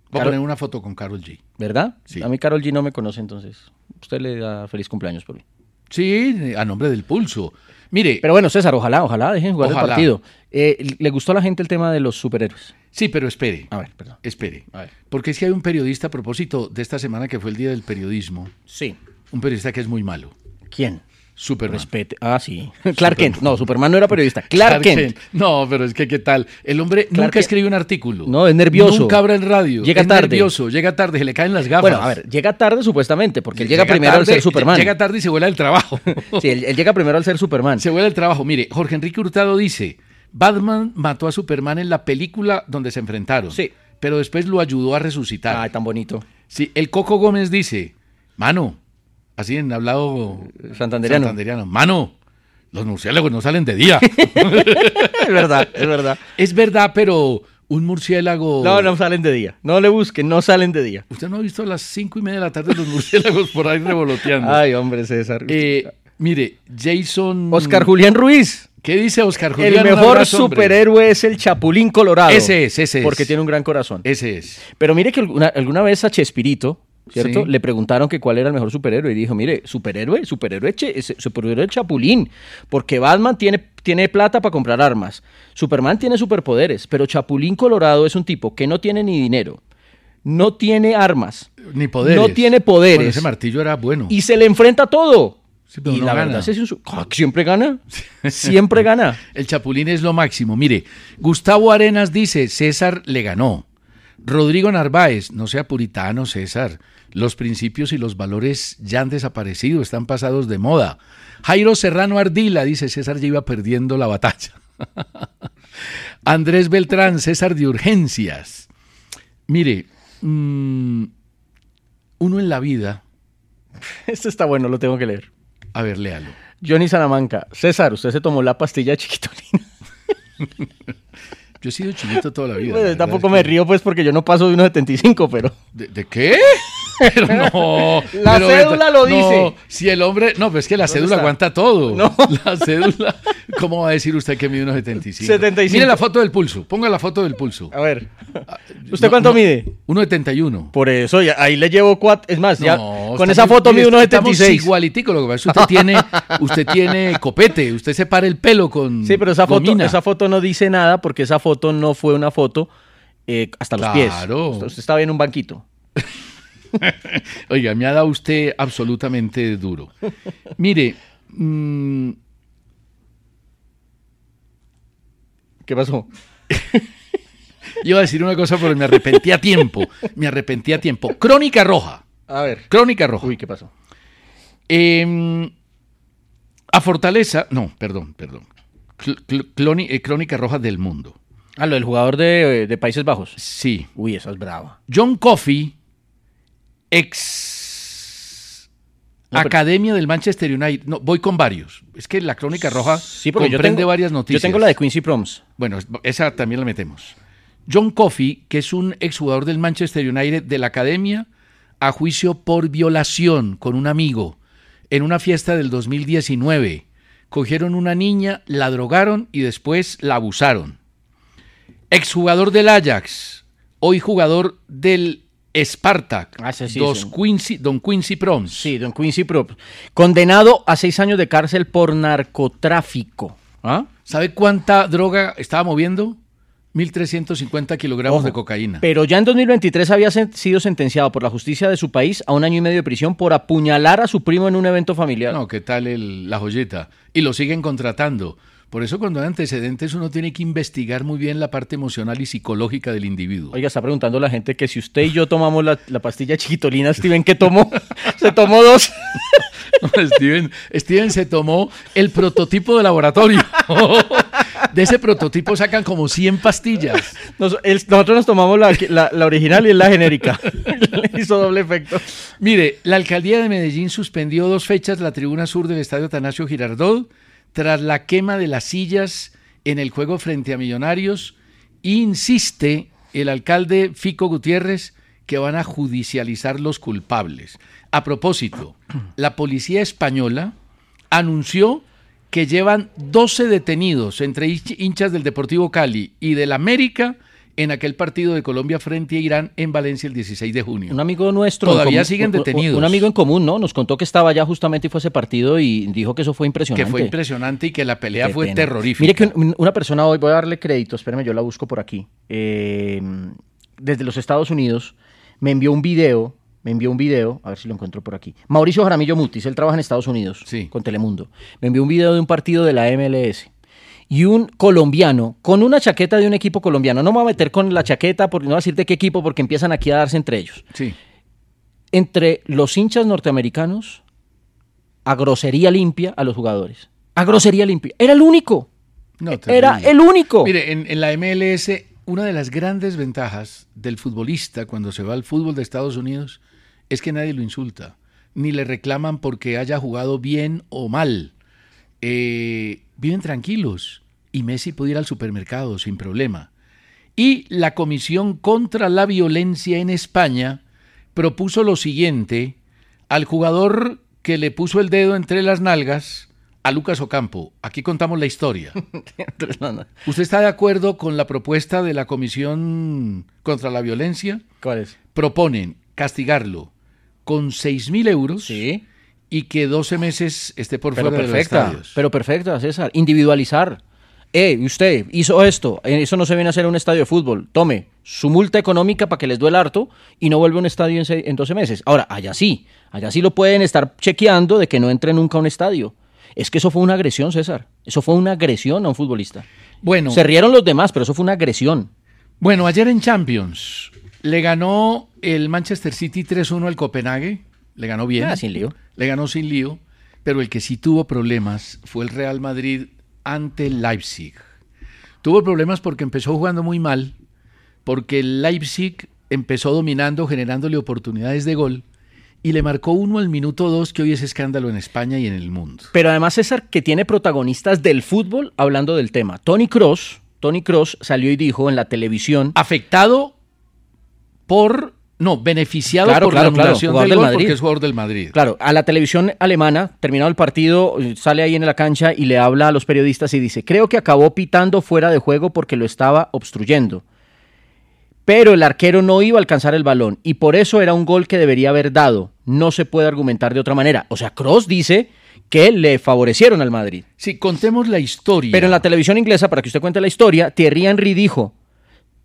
[SPEAKER 3] Voy a
[SPEAKER 4] Karol-
[SPEAKER 3] poner una foto con Carol G.
[SPEAKER 4] ¿Verdad?
[SPEAKER 3] Sí.
[SPEAKER 4] A mí Carol G no me conoce, entonces. Usted le da feliz cumpleaños por mí.
[SPEAKER 3] Sí, a nombre del pulso. Mire,
[SPEAKER 4] Pero bueno, César, ojalá, ojalá dejen jugar el
[SPEAKER 3] Ojalá.
[SPEAKER 4] partido. Eh, ¿Le gustó a la gente el tema de los superhéroes?
[SPEAKER 3] sí, pero espere,
[SPEAKER 4] A ver, perdón.
[SPEAKER 3] espere.
[SPEAKER 4] Ah. A ver.
[SPEAKER 3] Porque es que hay un periodista a propósito de esta semana que fue el Día del Periodismo,
[SPEAKER 4] Sí.
[SPEAKER 3] un periodista que es muy malo,
[SPEAKER 4] ¿Quién?
[SPEAKER 3] Superman.
[SPEAKER 4] Respete. Ah, sí. Clark Kent. No, Superman no era periodista. Clark, Kent.
[SPEAKER 3] No, pero es que qué tal. El hombre nunca
[SPEAKER 4] Kent.
[SPEAKER 3] escribe un artículo.
[SPEAKER 4] No, es nervioso.
[SPEAKER 3] Nunca abre el radio.
[SPEAKER 4] Llega
[SPEAKER 3] es
[SPEAKER 4] tarde.
[SPEAKER 3] nervioso, llega tarde, se le caen las gafas.
[SPEAKER 4] Bueno, a ver, llega tarde supuestamente, porque él llega, primero al
[SPEAKER 3] tarde,
[SPEAKER 4] ser Superman.
[SPEAKER 3] Llega tarde y se vuela del trabajo.
[SPEAKER 4] Sí, él, él llega primero al ser Superman.
[SPEAKER 3] Se vuelve el trabajo. Mire, Jorge Enrique Hurtado dice, Batman mató a Superman en la película donde se enfrentaron.
[SPEAKER 4] Sí. Ah,
[SPEAKER 3] Pero después lo ayudó a resucitar.
[SPEAKER 4] Ay, tan bonito.
[SPEAKER 3] Sí, el Coco Gómez dice, mano, así en hablado
[SPEAKER 4] Santanderiano.
[SPEAKER 3] santanderiano, mano, los murciélagos no salen de día.
[SPEAKER 4] es verdad, es verdad.
[SPEAKER 3] es verdad, pero un murciélago...
[SPEAKER 4] No, no salen de día. No le busquen, no salen de día.
[SPEAKER 3] Usted no ha visto a las cinco y media de la tarde los murciélagos por ahí revoloteando.
[SPEAKER 4] Ay, hombre, César.
[SPEAKER 3] Eh, mire, Jason...
[SPEAKER 4] Oscar Julián Ruiz.
[SPEAKER 3] ¿Qué dice Oscar Julián?
[SPEAKER 4] El
[SPEAKER 3] Un
[SPEAKER 4] mejor
[SPEAKER 3] abrazo, hombre.
[SPEAKER 4] superhéroe es el Chapulín Colorado.
[SPEAKER 3] Ese es, ese es.
[SPEAKER 4] Porque tiene un gran corazón.
[SPEAKER 3] Ese es.
[SPEAKER 4] Pero mire que alguna, alguna vez a Chespirito, ¿cierto?
[SPEAKER 3] Sí.
[SPEAKER 4] Le preguntaron que cuál era el mejor superhéroe y dijo, mire, superhéroe, superhéroe, che- es- superhéroe el Chapulín, porque Batman tiene, tiene plata para comprar armas, Superman tiene superpoderes, pero Chapulín Colorado es un tipo que no tiene ni dinero, no tiene armas
[SPEAKER 3] Ni poderes.
[SPEAKER 4] No tiene poderes.
[SPEAKER 3] Bueno, ese martillo era bueno.
[SPEAKER 4] y se le enfrenta a todo.
[SPEAKER 3] Sí, pero
[SPEAKER 4] y
[SPEAKER 3] no
[SPEAKER 4] la
[SPEAKER 3] gana.
[SPEAKER 4] verdad es que es un su- ¡Ah, siempre gana, siempre gana.
[SPEAKER 3] El chapulín es lo máximo. Mire, Gustavo Arenas dice, César le ganó. Rodrigo Narváez, no sea puritano, César. Los principios y los valores ya han desaparecido, están pasados de moda. Jairo Serrano Ardila dice, César ya iba perdiendo la batalla. Andrés Beltrán, César de Urgencias. Mire, mm, uno en la vida,
[SPEAKER 4] Este está bueno, lo tengo que leer.
[SPEAKER 3] a ver, léalo.
[SPEAKER 4] Johnny Salamanca, César, usted se tomó la pastilla chiquitolina.
[SPEAKER 3] Yo he sido chiquito toda la vida. la
[SPEAKER 4] Pues,
[SPEAKER 3] verdad
[SPEAKER 4] tampoco
[SPEAKER 3] es
[SPEAKER 4] me
[SPEAKER 3] que-
[SPEAKER 4] río, pues, porque yo no paso de 1,75, pero.
[SPEAKER 3] ¿De, de qué? Pero no.
[SPEAKER 4] La
[SPEAKER 3] pero
[SPEAKER 4] cédula lo
[SPEAKER 3] no,
[SPEAKER 4] dice.
[SPEAKER 3] si el hombre. No, pero es que la cédula
[SPEAKER 4] está?
[SPEAKER 3] aguanta todo.
[SPEAKER 4] No.
[SPEAKER 3] La cédula. ¿Cómo va a decir usted que mide unos 75?
[SPEAKER 4] 75.
[SPEAKER 3] Mire la foto del pulso. Ponga la foto del pulso.
[SPEAKER 4] A ver.
[SPEAKER 3] Ah,
[SPEAKER 4] ¿Usted cuánto mide?
[SPEAKER 3] 1,71.
[SPEAKER 4] Por eso, ya- ahí le llevo cuatro. Es más, ya
[SPEAKER 3] No, estamos-
[SPEAKER 4] con esa foto
[SPEAKER 3] mire,
[SPEAKER 4] mide
[SPEAKER 3] estamos
[SPEAKER 4] 1,76.
[SPEAKER 3] igualitico, lo que pasa es que usted tiene, usted tiene copete, usted se para el pelo con
[SPEAKER 4] Sí, pero esa foto,
[SPEAKER 3] gomina.
[SPEAKER 4] esa foto no dice nada porque esa foto no fue una foto eh, hasta los pies.
[SPEAKER 3] Claro.
[SPEAKER 4] Usted, usted estaba en un banquito.
[SPEAKER 3] Oiga, me ha dado usted absolutamente duro. Mire, mm,
[SPEAKER 4] ¿Qué pasó?
[SPEAKER 3] Iba a decir una cosa, pero me arrepentí a tiempo. Me arrepentí a tiempo. Crónica Roja.
[SPEAKER 4] A ver.
[SPEAKER 3] Crónica Roja.
[SPEAKER 4] Uy, ¿qué pasó?
[SPEAKER 3] Em, a Fortaleza. No, perdón, perdón. Cl- cl- cloni- eh, Crónica Roja del Mundo.
[SPEAKER 4] Ah, lo del jugador de, de Países Bajos.
[SPEAKER 3] Sí.
[SPEAKER 4] Uy, esa es brava.
[SPEAKER 3] John Coffey, ex
[SPEAKER 4] No, pero-
[SPEAKER 3] Academia del Manchester United. No, voy con varios. Es que la Crónica Roja
[SPEAKER 4] Sí, porque yo
[SPEAKER 3] comprende
[SPEAKER 4] tengo-
[SPEAKER 3] varias noticias.
[SPEAKER 4] Yo tengo la de Quincy Proms.
[SPEAKER 3] Bueno, es- esa también la metemos. John Coffey, que es un exjugador del Manchester United de la academia, a juicio por violación con un amigo en una fiesta del 2019. Cogieron una niña, la drogaron y después la abusaron. Exjugador del Ajax, hoy jugador del Spartak,
[SPEAKER 4] Ah, ese sí,
[SPEAKER 3] dos
[SPEAKER 4] sí.
[SPEAKER 3] Quincy- Don Quincy Proms.
[SPEAKER 4] Sí, don Quincy Proms. Condenado a seis años de cárcel por narcotráfico. ¿Ah?
[SPEAKER 3] ¿Sabe cuánta droga estaba moviendo? 1.350 kilogramos
[SPEAKER 4] Ojo,
[SPEAKER 3] de cocaína.
[SPEAKER 4] Pero ya en 2023 había sen- sido sentenciado por la justicia de su país a un año y medio de prisión por apuñalar a su primo en un evento familiar.
[SPEAKER 3] No, ¿qué tal el- la joyeta? Y lo siguen contratando. Por eso cuando hay antecedentes uno tiene que investigar muy bien la parte emocional y psicológica del individuo.
[SPEAKER 4] Oiga, está preguntando la gente que si usted y yo tomamos la, la pastilla chiquitolina, Steven, ¿qué tomó? Se tomó dos.
[SPEAKER 3] Steven, Steven se tomó el prototipo de laboratorio. De ese prototipo sacan como 100 pastillas.
[SPEAKER 4] Nos- el- nosotros nos tomamos la, la- la original y la genérica. Le hizo doble efecto.
[SPEAKER 3] Mire, la alcaldía de Medellín suspendió dos fechas la tribuna sur del estadio Atanasio Girardot tras la quema de las sillas en el juego frente a Millonarios. Insiste el alcalde Fico Gutiérrez que van a judicializar los culpables. A propósito, la policía española anunció que llevan 12 detenidos entre hinch- hinchas del Deportivo Cali y del América en aquel partido de Colombia frente a Irán en Valencia el 16 de junio.
[SPEAKER 4] Un amigo nuestro.
[SPEAKER 3] Todavía
[SPEAKER 4] en
[SPEAKER 3] siguen
[SPEAKER 4] un- un-
[SPEAKER 3] detenidos.
[SPEAKER 4] Un amigo en común, ¿no? Nos contó que estaba allá justamente y fue a ese partido y dijo que eso fue impresionante.
[SPEAKER 3] que fue impresionante y que la pelea
[SPEAKER 4] Qué
[SPEAKER 3] fue
[SPEAKER 4] pena.
[SPEAKER 3] terrorífica.
[SPEAKER 4] Mire que un- un- una persona hoy, voy a darle crédito, espérame, yo la busco por aquí. Eh, desde los Estados Unidos me envió un video, me envió un video, a ver si lo encuentro por aquí. Mauricio Jaramillo Mutis, él trabaja en Estados Unidos
[SPEAKER 3] Sí.
[SPEAKER 4] con Telemundo. Me envió un video de un partido de la MLS. Y un colombiano con una chaqueta de un equipo colombiano. No me voy a meter con la chaqueta, porque no voy a decir de qué equipo, porque empiezan aquí a darse entre ellos.
[SPEAKER 3] Sí.
[SPEAKER 4] Entre los hinchas norteamericanos, a grosería limpia a los jugadores. A grosería limpia. Era el único.
[SPEAKER 3] No,
[SPEAKER 4] E-, Era
[SPEAKER 3] terrible.
[SPEAKER 4] el único.
[SPEAKER 3] Mire, en, en la MLS, una de las grandes ventajas del futbolista cuando se va al fútbol de Estados Unidos es que nadie lo insulta, ni le reclaman porque haya jugado bien o mal. Eh, viven tranquilos y Messi puede ir al supermercado sin problema. Y la Comisión contra la Violencia en España propuso lo siguiente al jugador que le puso el dedo entre las nalgas, a Lucas Ocampo. Aquí contamos la historia. ¿Usted está de acuerdo con la propuesta de la Comisión contra la Violencia?
[SPEAKER 4] ¿Cuál es?
[SPEAKER 3] Proponen castigarlo con 6.000 euros
[SPEAKER 4] Sí.
[SPEAKER 3] y que 12 meses esté por
[SPEAKER 4] Pero
[SPEAKER 3] fuera de los
[SPEAKER 4] perfecta.
[SPEAKER 3] estadios.
[SPEAKER 4] Pero perfecta, César. Individualizar. Eh, usted hizo esto. eh, Eso no se viene a hacer en un estadio de fútbol. Tome su multa económica para que les duele harto y no vuelve a un estadio en, se- en 12 meses. Ahora, allá sí. Allá sí lo pueden estar chequeando de que no entre nunca a un estadio. Es que eso fue una agresión, César. Eso fue una agresión a un futbolista.
[SPEAKER 3] bueno,
[SPEAKER 4] Se rieron los demás, pero eso fue una agresión.
[SPEAKER 3] Bueno, ayer en Champions le ganó el Manchester City 3-1 al Copenhague. Le ganó bien.
[SPEAKER 4] Ah, sin lío.
[SPEAKER 3] Le ganó sin lío. Pero el que sí tuvo problemas fue el Real Madrid ante el Leipzig. Tuvo problemas porque empezó jugando muy mal, porque el Leipzig empezó dominando, generándole oportunidades de gol, y le marcó uno al minuto dos, que hoy es escándalo en España y en el mundo.
[SPEAKER 4] Pero además, César, que tiene protagonistas del fútbol hablando del tema. Tony Cross, Tony Cross salió y dijo en la televisión.
[SPEAKER 3] Afectado por... No, beneficiado
[SPEAKER 4] Claro,
[SPEAKER 3] por
[SPEAKER 4] claro,
[SPEAKER 3] la
[SPEAKER 4] claro,
[SPEAKER 3] anulación
[SPEAKER 4] jugador
[SPEAKER 3] del
[SPEAKER 4] del
[SPEAKER 3] gol
[SPEAKER 4] Madrid.
[SPEAKER 3] porque es jugador del Madrid.
[SPEAKER 4] Claro, a la televisión alemana, terminado el partido, eh, sale ahí en la cancha y le habla a los periodistas y dice, creo que acabó pitando fuera de juego porque lo estaba obstruyendo. Pero el arquero no iba a alcanzar el balón y por eso era un gol que debería haber dado. No se puede argumentar de otra manera. O sea, Cross dice que le favorecieron al Madrid.
[SPEAKER 3] Sí, contemos la historia.
[SPEAKER 4] Pero en la televisión inglesa, para que usted cuente la historia, Thierry Henry dijo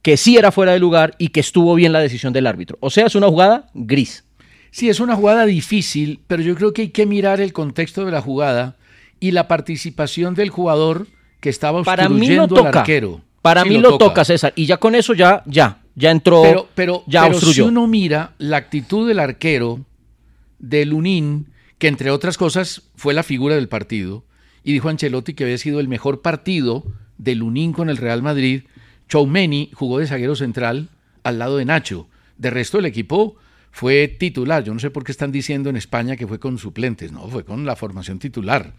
[SPEAKER 4] que sí era fuera de lugar y que estuvo bien la decisión del árbitro. O sea, es una jugada gris.
[SPEAKER 3] sí, es una jugada difícil, pero yo creo que hay que mirar el contexto de la jugada y la participación del jugador que estaba
[SPEAKER 4] Para mí
[SPEAKER 3] obstruyendo
[SPEAKER 4] lo
[SPEAKER 3] al
[SPEAKER 4] toca.
[SPEAKER 3] arquero.
[SPEAKER 4] Para
[SPEAKER 3] Sí
[SPEAKER 4] mí lo toca. César. Y ya con eso ya, ya, ya entró.
[SPEAKER 3] Pero, pero,
[SPEAKER 4] ya
[SPEAKER 3] pero si
[SPEAKER 4] obstruyó.
[SPEAKER 3] uno mira la actitud del arquero, del Unín, que entre otras cosas fue la figura del partido, y dijo Ancelotti que había sido el mejor partido del Unín con el Real Madrid. Choumeni jugó de zaguero central al lado de Nacho. De resto, el equipo fue titular. Yo no sé por qué están diciendo en España que fue con suplentes. No, fue con la formación titular.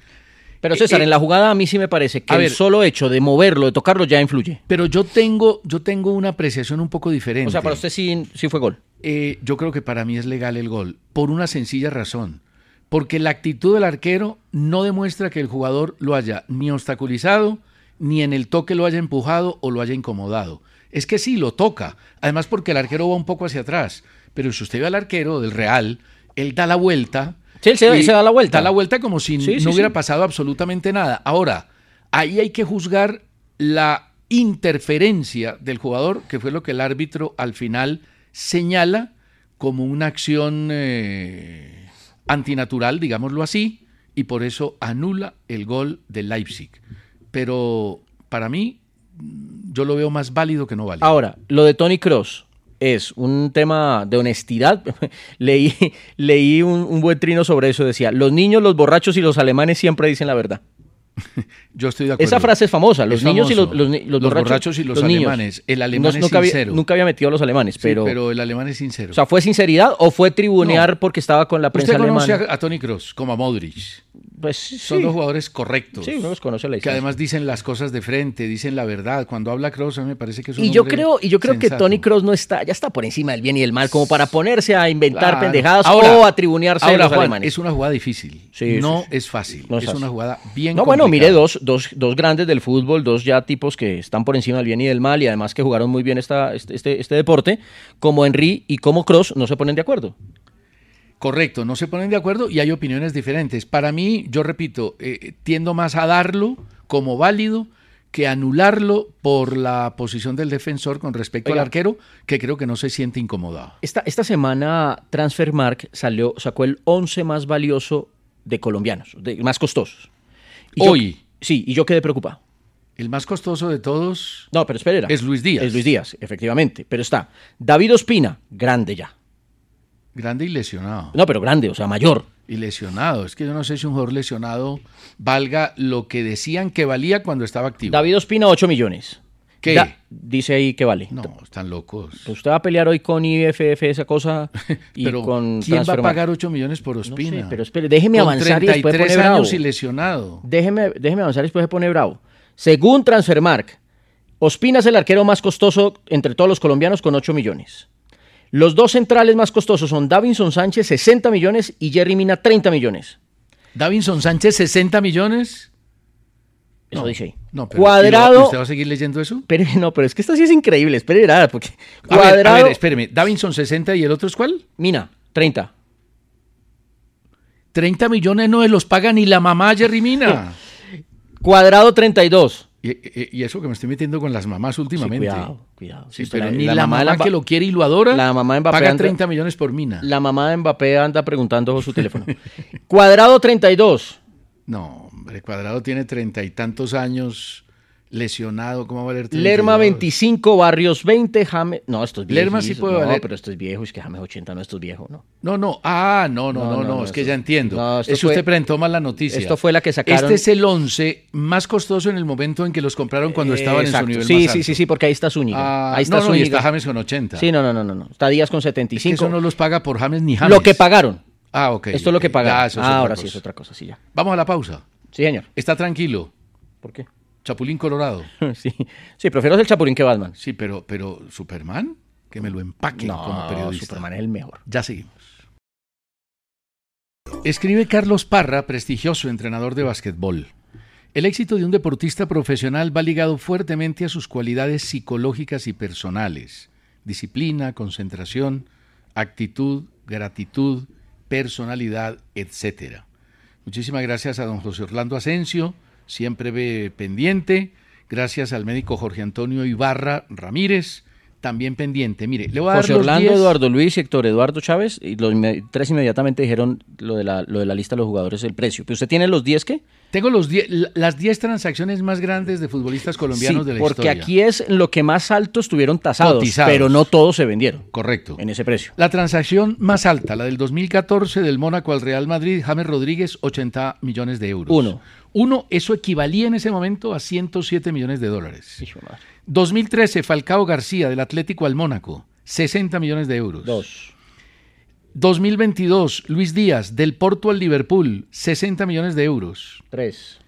[SPEAKER 4] Pero César,
[SPEAKER 3] Eh, eh,
[SPEAKER 4] en la jugada a mí sí me parece que
[SPEAKER 3] a
[SPEAKER 4] el
[SPEAKER 3] ver.
[SPEAKER 4] solo hecho de moverlo, de tocarlo, ya influye.
[SPEAKER 3] Pero yo tengo, yo tengo una apreciación un poco diferente.
[SPEAKER 4] O sea, para usted sí, sí fue gol.
[SPEAKER 3] Eh, yo creo que para mí es legal el gol, por una sencilla razón. Porque la actitud del arquero no demuestra que el jugador lo haya ni obstaculizado, ni en el toque lo haya empujado o lo haya incomodado. Es que sí, lo toca. Además porque el arquero va un poco hacia atrás. Pero si usted ve al arquero del Real, él da la vuelta.
[SPEAKER 4] Sí, él se da-
[SPEAKER 3] y
[SPEAKER 4] se da la vuelta.
[SPEAKER 3] Da la vuelta como si
[SPEAKER 4] Sí,
[SPEAKER 3] no
[SPEAKER 4] sí,
[SPEAKER 3] hubiera
[SPEAKER 4] sí.
[SPEAKER 3] pasado absolutamente nada. Ahora, ahí hay que juzgar la interferencia del jugador, que fue lo que el árbitro al final señala como una acción eh, antinatural, digámoslo así, y por eso anula el gol de Leipzig. Pero para mí, mm, yo lo veo más válido que no válido.
[SPEAKER 4] Ahora, lo de Tony Cross es un tema de honestidad. leí leí un, un buen trino sobre eso. Decía, los niños, los borrachos y los alemanes siempre dicen la verdad.
[SPEAKER 3] yo estoy de acuerdo.
[SPEAKER 4] Esa frase es famosa. Los
[SPEAKER 3] Es
[SPEAKER 4] niños y los,
[SPEAKER 3] famoso.
[SPEAKER 4] los ni-
[SPEAKER 3] Los
[SPEAKER 4] los borrachos,
[SPEAKER 3] borrachos y los
[SPEAKER 4] niños.
[SPEAKER 3] alemanes. El alemán es
[SPEAKER 4] nunca había-
[SPEAKER 3] sincero.
[SPEAKER 4] nunca había metido a los alemanes,
[SPEAKER 3] Sí,
[SPEAKER 4] pero,
[SPEAKER 3] pero, el alemán es sincero.
[SPEAKER 4] O sea, ¿fue sinceridad o fue tribunear
[SPEAKER 3] No.
[SPEAKER 4] porque estaba con la prensa
[SPEAKER 3] Usted conoce
[SPEAKER 4] alemana?
[SPEAKER 3] a, a Tony Cross como a Modric.
[SPEAKER 4] Pues sí.
[SPEAKER 3] Son dos jugadores correctos.
[SPEAKER 4] Sí, uno los conoce a la
[SPEAKER 3] que
[SPEAKER 4] distancia.
[SPEAKER 3] además dicen las cosas de frente, dicen la verdad. Cuando habla Cross, a mí me parece que es un
[SPEAKER 4] Y yo
[SPEAKER 3] hombre
[SPEAKER 4] creo, y yo creo que
[SPEAKER 3] sensato.
[SPEAKER 4] Tony Cross no está, ya está por encima del bien y del mal, como para ponerse a inventar
[SPEAKER 3] Claro.
[SPEAKER 4] pendejadas o a tribunearse a
[SPEAKER 3] ahora,
[SPEAKER 4] los
[SPEAKER 3] Juan,
[SPEAKER 4] alemanes.
[SPEAKER 3] Es una jugada difícil.
[SPEAKER 4] Sí, sí,
[SPEAKER 3] no
[SPEAKER 4] sí.
[SPEAKER 3] es fácil.
[SPEAKER 4] No es
[SPEAKER 3] es
[SPEAKER 4] fácil.
[SPEAKER 3] una jugada bien
[SPEAKER 4] No, bueno, mire,
[SPEAKER 3] complicada.
[SPEAKER 4] dos, dos, dos grandes del fútbol, dos ya tipos que están por encima del bien y del mal y además que jugaron muy bien esta, este, este, este deporte, como Henry y como Cross no se ponen de acuerdo.
[SPEAKER 3] Correcto, no se ponen de acuerdo y hay opiniones diferentes. Para mí, yo repito, eh, tiendo más a darlo como válido que anularlo por la posición del defensor con respecto
[SPEAKER 4] Oiga.
[SPEAKER 3] al arquero, que creo que no se siente incomodado.
[SPEAKER 4] Esta, esta semana Transfermark salió, sacó el 11 más valioso de colombianos, de, más costosos. yo-
[SPEAKER 3] Hoy.
[SPEAKER 4] sí, y yo quedé preocupado.
[SPEAKER 3] El más costoso de todos,
[SPEAKER 4] No, pero espera.
[SPEAKER 3] Es Luis Díaz.
[SPEAKER 4] Es Luis Díaz, efectivamente. Pero está David Ospina, grande ya.
[SPEAKER 3] grande y lesionado.
[SPEAKER 4] No, pero grande, o sea, mayor.
[SPEAKER 3] Y lesionado. Es que yo no sé si un jugador lesionado valga lo que decían que valía cuando estaba activo.
[SPEAKER 4] David Ospina, 8 millones.
[SPEAKER 3] ¿Qué?
[SPEAKER 4] dice ahí que vale.
[SPEAKER 3] No, están locos.
[SPEAKER 4] Pues usted va a pelear hoy con IFF, esa cosa, y
[SPEAKER 3] pero
[SPEAKER 4] con
[SPEAKER 3] ¿quién va a
[SPEAKER 4] Transfermarkt.
[SPEAKER 3] pagar 8 millones por
[SPEAKER 4] No
[SPEAKER 3] Ospina?
[SPEAKER 4] sé, pero espere, déjeme
[SPEAKER 3] Con
[SPEAKER 4] avanzar y después pone
[SPEAKER 3] 33
[SPEAKER 4] bravo.
[SPEAKER 3] años y lesionado.
[SPEAKER 4] Déjeme, déjeme avanzar y después se pone bravo. Según Transfermark, Ospina es el arquero más costoso entre todos los colombianos con 8 millones. Los dos centrales más costosos son Davinson Sánchez, 60 millones, y Jerry Mina, 30 millones.
[SPEAKER 3] Davinson Sánchez, 60 millones.
[SPEAKER 4] Eso
[SPEAKER 3] No,
[SPEAKER 4] dice ahí.
[SPEAKER 3] no, pero- ¿y
[SPEAKER 4] cuadrado.
[SPEAKER 3] ¿Usted va a seguir leyendo eso?
[SPEAKER 4] Espere, no, pero es que esta sí es increíble. Espere, verá, porque.
[SPEAKER 3] A ver,
[SPEAKER 4] Cuadrado.
[SPEAKER 3] a ver, espéreme. Davinson 60 y el otro es cuál?
[SPEAKER 4] Mina, 30.
[SPEAKER 3] 30 millones no se los paga ni la mamá Jerry Mina.
[SPEAKER 4] Cuadrado, 32.
[SPEAKER 3] y, y- y eso que me estoy metiendo con las mamás
[SPEAKER 4] Sí,
[SPEAKER 3] últimamente.
[SPEAKER 4] cuidado, cuidado.
[SPEAKER 3] Sí,
[SPEAKER 4] Sí,
[SPEAKER 3] pero
[SPEAKER 4] la-
[SPEAKER 3] ni
[SPEAKER 4] la
[SPEAKER 3] la,
[SPEAKER 4] mamá
[SPEAKER 3] mamá,
[SPEAKER 4] de la-
[SPEAKER 3] que lo quiere y lo adora
[SPEAKER 4] la mamá de Mbappé
[SPEAKER 3] paga
[SPEAKER 4] anda-
[SPEAKER 3] 30 millones por mina.
[SPEAKER 4] La mamá de Mbappé anda preguntando por su teléfono. cuadrado, 32.
[SPEAKER 3] No, hombre, Cuadrado tiene treinta y tantos años, lesionado, ¿cómo va a valer 32?
[SPEAKER 4] Lerma 25, Barrios 20, James. No, esto es viejo.
[SPEAKER 3] Lerma sí puede
[SPEAKER 4] no,
[SPEAKER 3] valer.
[SPEAKER 4] pero esto es viejo, es que James 80 no, esto es viejo, ¿no?
[SPEAKER 3] No, no, ah, no, no,
[SPEAKER 4] No,
[SPEAKER 3] no, no,
[SPEAKER 4] no, no,
[SPEAKER 3] es que
[SPEAKER 4] eso-
[SPEAKER 3] ya entiendo.
[SPEAKER 4] no, esto
[SPEAKER 3] es que usted
[SPEAKER 4] fue-
[SPEAKER 3] presentó mal la noticia.
[SPEAKER 4] esto fue la que sacaron-
[SPEAKER 3] Este es el 11 más costoso en el momento en que los compraron cuando estaban en
[SPEAKER 4] Eh, Exacto.
[SPEAKER 3] su nivel
[SPEAKER 4] sí,
[SPEAKER 3] más
[SPEAKER 4] Sí,
[SPEAKER 3] alto.
[SPEAKER 4] sí, sí, porque ahí está Zúñiga.
[SPEAKER 3] Ah,
[SPEAKER 4] ahí está
[SPEAKER 3] no, no, y
[SPEAKER 4] Zúñiga.
[SPEAKER 3] está James con 80.
[SPEAKER 4] Sí, no, no, no, no, no. Está Díaz con
[SPEAKER 3] Es que
[SPEAKER 4] 75.
[SPEAKER 3] eso no los paga por James ni James.
[SPEAKER 4] Lo que pagaron.
[SPEAKER 3] Ah, ok.
[SPEAKER 4] Esto es lo que
[SPEAKER 3] ok.
[SPEAKER 4] pagaron.
[SPEAKER 3] Ya, eso es
[SPEAKER 4] Ah,
[SPEAKER 3] otra
[SPEAKER 4] ahora sí
[SPEAKER 3] cosa.
[SPEAKER 4] es otra cosa, sí, ya.
[SPEAKER 3] Vamos a la pausa.
[SPEAKER 4] Sí, señor.
[SPEAKER 3] Está tranquilo.
[SPEAKER 4] ¿Por qué?
[SPEAKER 3] Chapulín Colorado.
[SPEAKER 4] sí. sí, prefiero ser el Chapurín que Batman.
[SPEAKER 3] Sí, pero, pero Superman, que me lo empaquen como periodista.
[SPEAKER 4] Superman es el mejor.
[SPEAKER 3] Ya seguimos. Escribe Carlos Parra, prestigioso entrenador de básquetbol. El éxito de un deportista profesional va ligado fuertemente a sus cualidades psicológicas y personales. Disciplina, concentración, actitud, gratitud, personalidad, etc. Muchísimas gracias a don José Orlando Asensio, siempre ve pendiente. Gracias al médico Jorge Antonio Ibarra Ramírez. también pendiente. Mire, le voy a dar
[SPEAKER 4] José
[SPEAKER 3] los
[SPEAKER 4] Orlando,
[SPEAKER 3] 10.
[SPEAKER 4] Eduardo Luis y Héctor Eduardo Chávez, y los inme- tres inmediatamente dijeron lo de, la, lo de la lista de los jugadores, el precio. ¿Pero usted tiene los 10 qué?
[SPEAKER 3] Tengo los 10 la- las 10 transacciones más grandes de futbolistas colombianos
[SPEAKER 4] Sí,
[SPEAKER 3] de la
[SPEAKER 4] porque
[SPEAKER 3] historia.
[SPEAKER 4] aquí es lo que más alto estuvieron tasados,
[SPEAKER 3] Cotizados.
[SPEAKER 4] pero no todos se vendieron
[SPEAKER 3] Correcto.
[SPEAKER 4] en ese precio.
[SPEAKER 3] La transacción más alta, la del 2014 del Mónaco al Real Madrid, James Rodríguez, 80 millones de euros.
[SPEAKER 4] Uno.
[SPEAKER 3] Uno, eso equivalía en ese momento a 107 millones de dólares.
[SPEAKER 4] Hijo de madre.
[SPEAKER 3] 2013, Falcao García del Atlético al Mónaco, 60 millones de euros.
[SPEAKER 4] Dos.
[SPEAKER 3] 2022, Luis Díaz del Porto al Liverpool, 60 millones de euros.
[SPEAKER 4] Tres.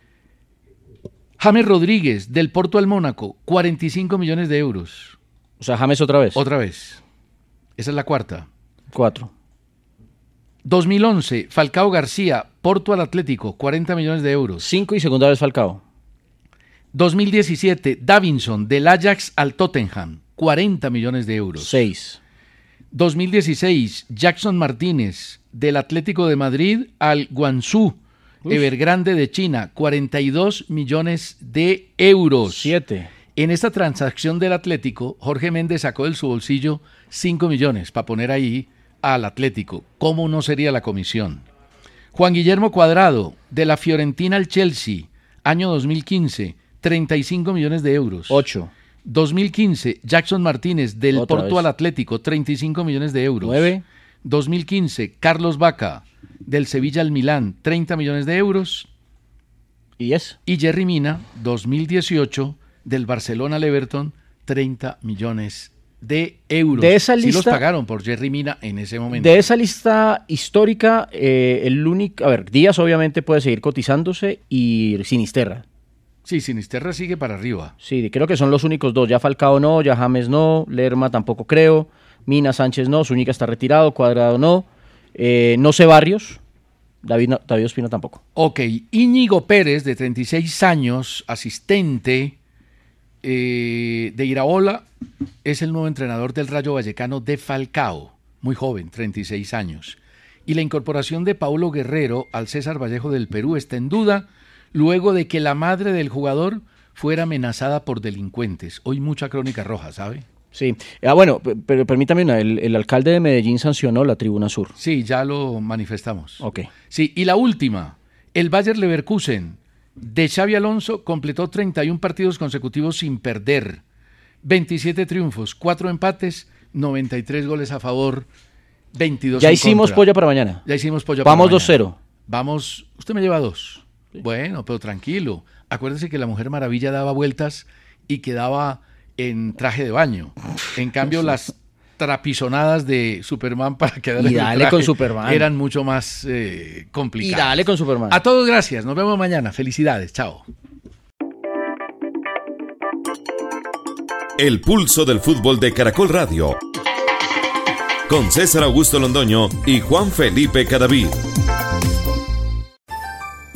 [SPEAKER 3] James Rodríguez del Porto al Mónaco, 45 millones de euros.
[SPEAKER 4] O sea, James otra vez.
[SPEAKER 3] Otra vez. Esa es la cuarta.
[SPEAKER 4] Cuatro.
[SPEAKER 3] 2011, Falcao García, Porto al Atlético, 40 millones de euros.
[SPEAKER 4] Cinco y segunda vez Falcao.
[SPEAKER 3] 2017, Davinson del Ajax al Tottenham, 40 millones de euros.
[SPEAKER 4] Seis.
[SPEAKER 3] 2016, Jackson Martínez del Atlético de Madrid al Guangzhou, Evergrande de China, 42 millones de euros.
[SPEAKER 4] Siete.
[SPEAKER 3] En esta transacción del Atlético, Jorge Méndez sacó de su bolsillo 5 millones para poner ahí al Atlético. ¿Cómo no sería la comisión? Juan Guillermo Cuadrado, de la Fiorentina al Chelsea, año 2015, 35 millones de euros.
[SPEAKER 4] Ocho.
[SPEAKER 3] 2015, Jackson Martínez, del
[SPEAKER 4] Otra
[SPEAKER 3] Porto
[SPEAKER 4] vez.
[SPEAKER 3] al Atlético, 35 millones de euros.
[SPEAKER 4] Nueve.
[SPEAKER 3] 2015, Carlos Vaca, del Sevilla al Milán, 30 millones de euros.
[SPEAKER 4] Y diez.
[SPEAKER 3] Y Jerry Mina, 2018, del Barcelona al Everton, 30 millones de euros.
[SPEAKER 4] De esa
[SPEAKER 3] Sí los
[SPEAKER 4] lista-
[SPEAKER 3] pagaron por Jerry Mina en ese momento.
[SPEAKER 4] De esa lista histórica, eh, el único. A ver, Díaz obviamente puede seguir cotizándose y Sinisterra.
[SPEAKER 3] Sí, Sinisterra sigue para arriba.
[SPEAKER 4] Sí, creo que son los únicos dos. Ya Falcao no, ya James no, Lerma tampoco creo, Mina Sánchez no, Zúñiga está retirado, Cuadrado no, eh, no sé Barrios, David, no- David Ospina tampoco.
[SPEAKER 3] Ok, Íñigo Pérez, de 36 años, asistente eh, de Iraola, es el nuevo entrenador del Rayo Vallecano de Falcao, muy joven, 36 años. Y la incorporación de Paulo Guerrero al César Vallejo del Perú está en duda luego de que la madre del jugador fuera amenazada por delincuentes. Hoy mucha crónica roja, ¿sabe?
[SPEAKER 4] Sí, ah, bueno, pe- pero permítame una, el, el alcalde de Medellín sancionó la Tribuna Sur.
[SPEAKER 3] Sí, ya lo manifestamos.
[SPEAKER 4] Ok.
[SPEAKER 3] Sí, y la última, el Bayer Leverkusen de Xavi Alonso completó 31 partidos consecutivos sin perder, 27 triunfos, 4 empates, 93 goles a favor, 22
[SPEAKER 4] Ya
[SPEAKER 3] en
[SPEAKER 4] hicimos
[SPEAKER 3] contra.
[SPEAKER 4] polla para mañana.
[SPEAKER 3] Ya hicimos polla.
[SPEAKER 4] Vamos
[SPEAKER 3] para mañana.
[SPEAKER 4] 2-0.
[SPEAKER 3] Vamos, usted me lleva dos. Bueno, pero tranquilo. Acuérdese que la Mujer Maravilla daba vueltas y quedaba en traje de baño. En cambio, las trapizonadas de Superman para quedar
[SPEAKER 4] Y
[SPEAKER 3] en el
[SPEAKER 4] dale
[SPEAKER 3] traje
[SPEAKER 4] con Superman.
[SPEAKER 3] eran mucho más eh,
[SPEAKER 4] Y
[SPEAKER 3] complicadas.
[SPEAKER 4] dale con Superman.
[SPEAKER 3] A todos gracias. Nos vemos mañana. Felicidades. Chao.
[SPEAKER 2] El pulso del fútbol de Caracol Radio. Con César Augusto Londoño y Juan Felipe Cadavid.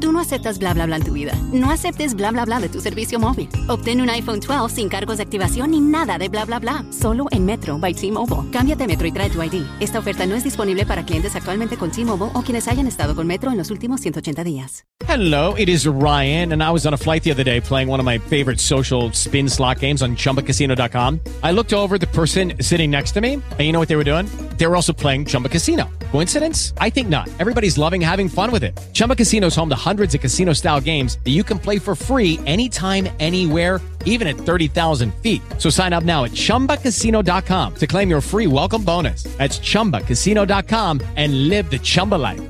[SPEAKER 5] Tú no aceptas bla bla bla en tu vida. No aceptes bla bla bla de tu servicio móvil. Obtén un iPhone 12 sin cargos de activación ni nada de bla bla bla. Solo en Metro by T-Mobile. Cámbiate a Metro y trae tu ID. Esta oferta no es disponible para clientes actualmente con T-Mobile o quienes hayan estado con Metro en los últimos 180 días.
[SPEAKER 6] Hello, it is Ryan, and I was on a flight the other day playing one of my favorite social spin slot games on chumbacasino.com. I looked over at the person sitting next to me, and you know what they were doing? They were also playing Chumba Casino. Coincidence? I think not. Everybody's loving having fun with it. Chumba Casino is home to hundreds of casino style games that you can play for free anytime, anywhere, even at 30,000 feet. So sign up now at chumbacasino.com to claim your free welcome bonus. That's chumbacasino.com and live the Chumba life.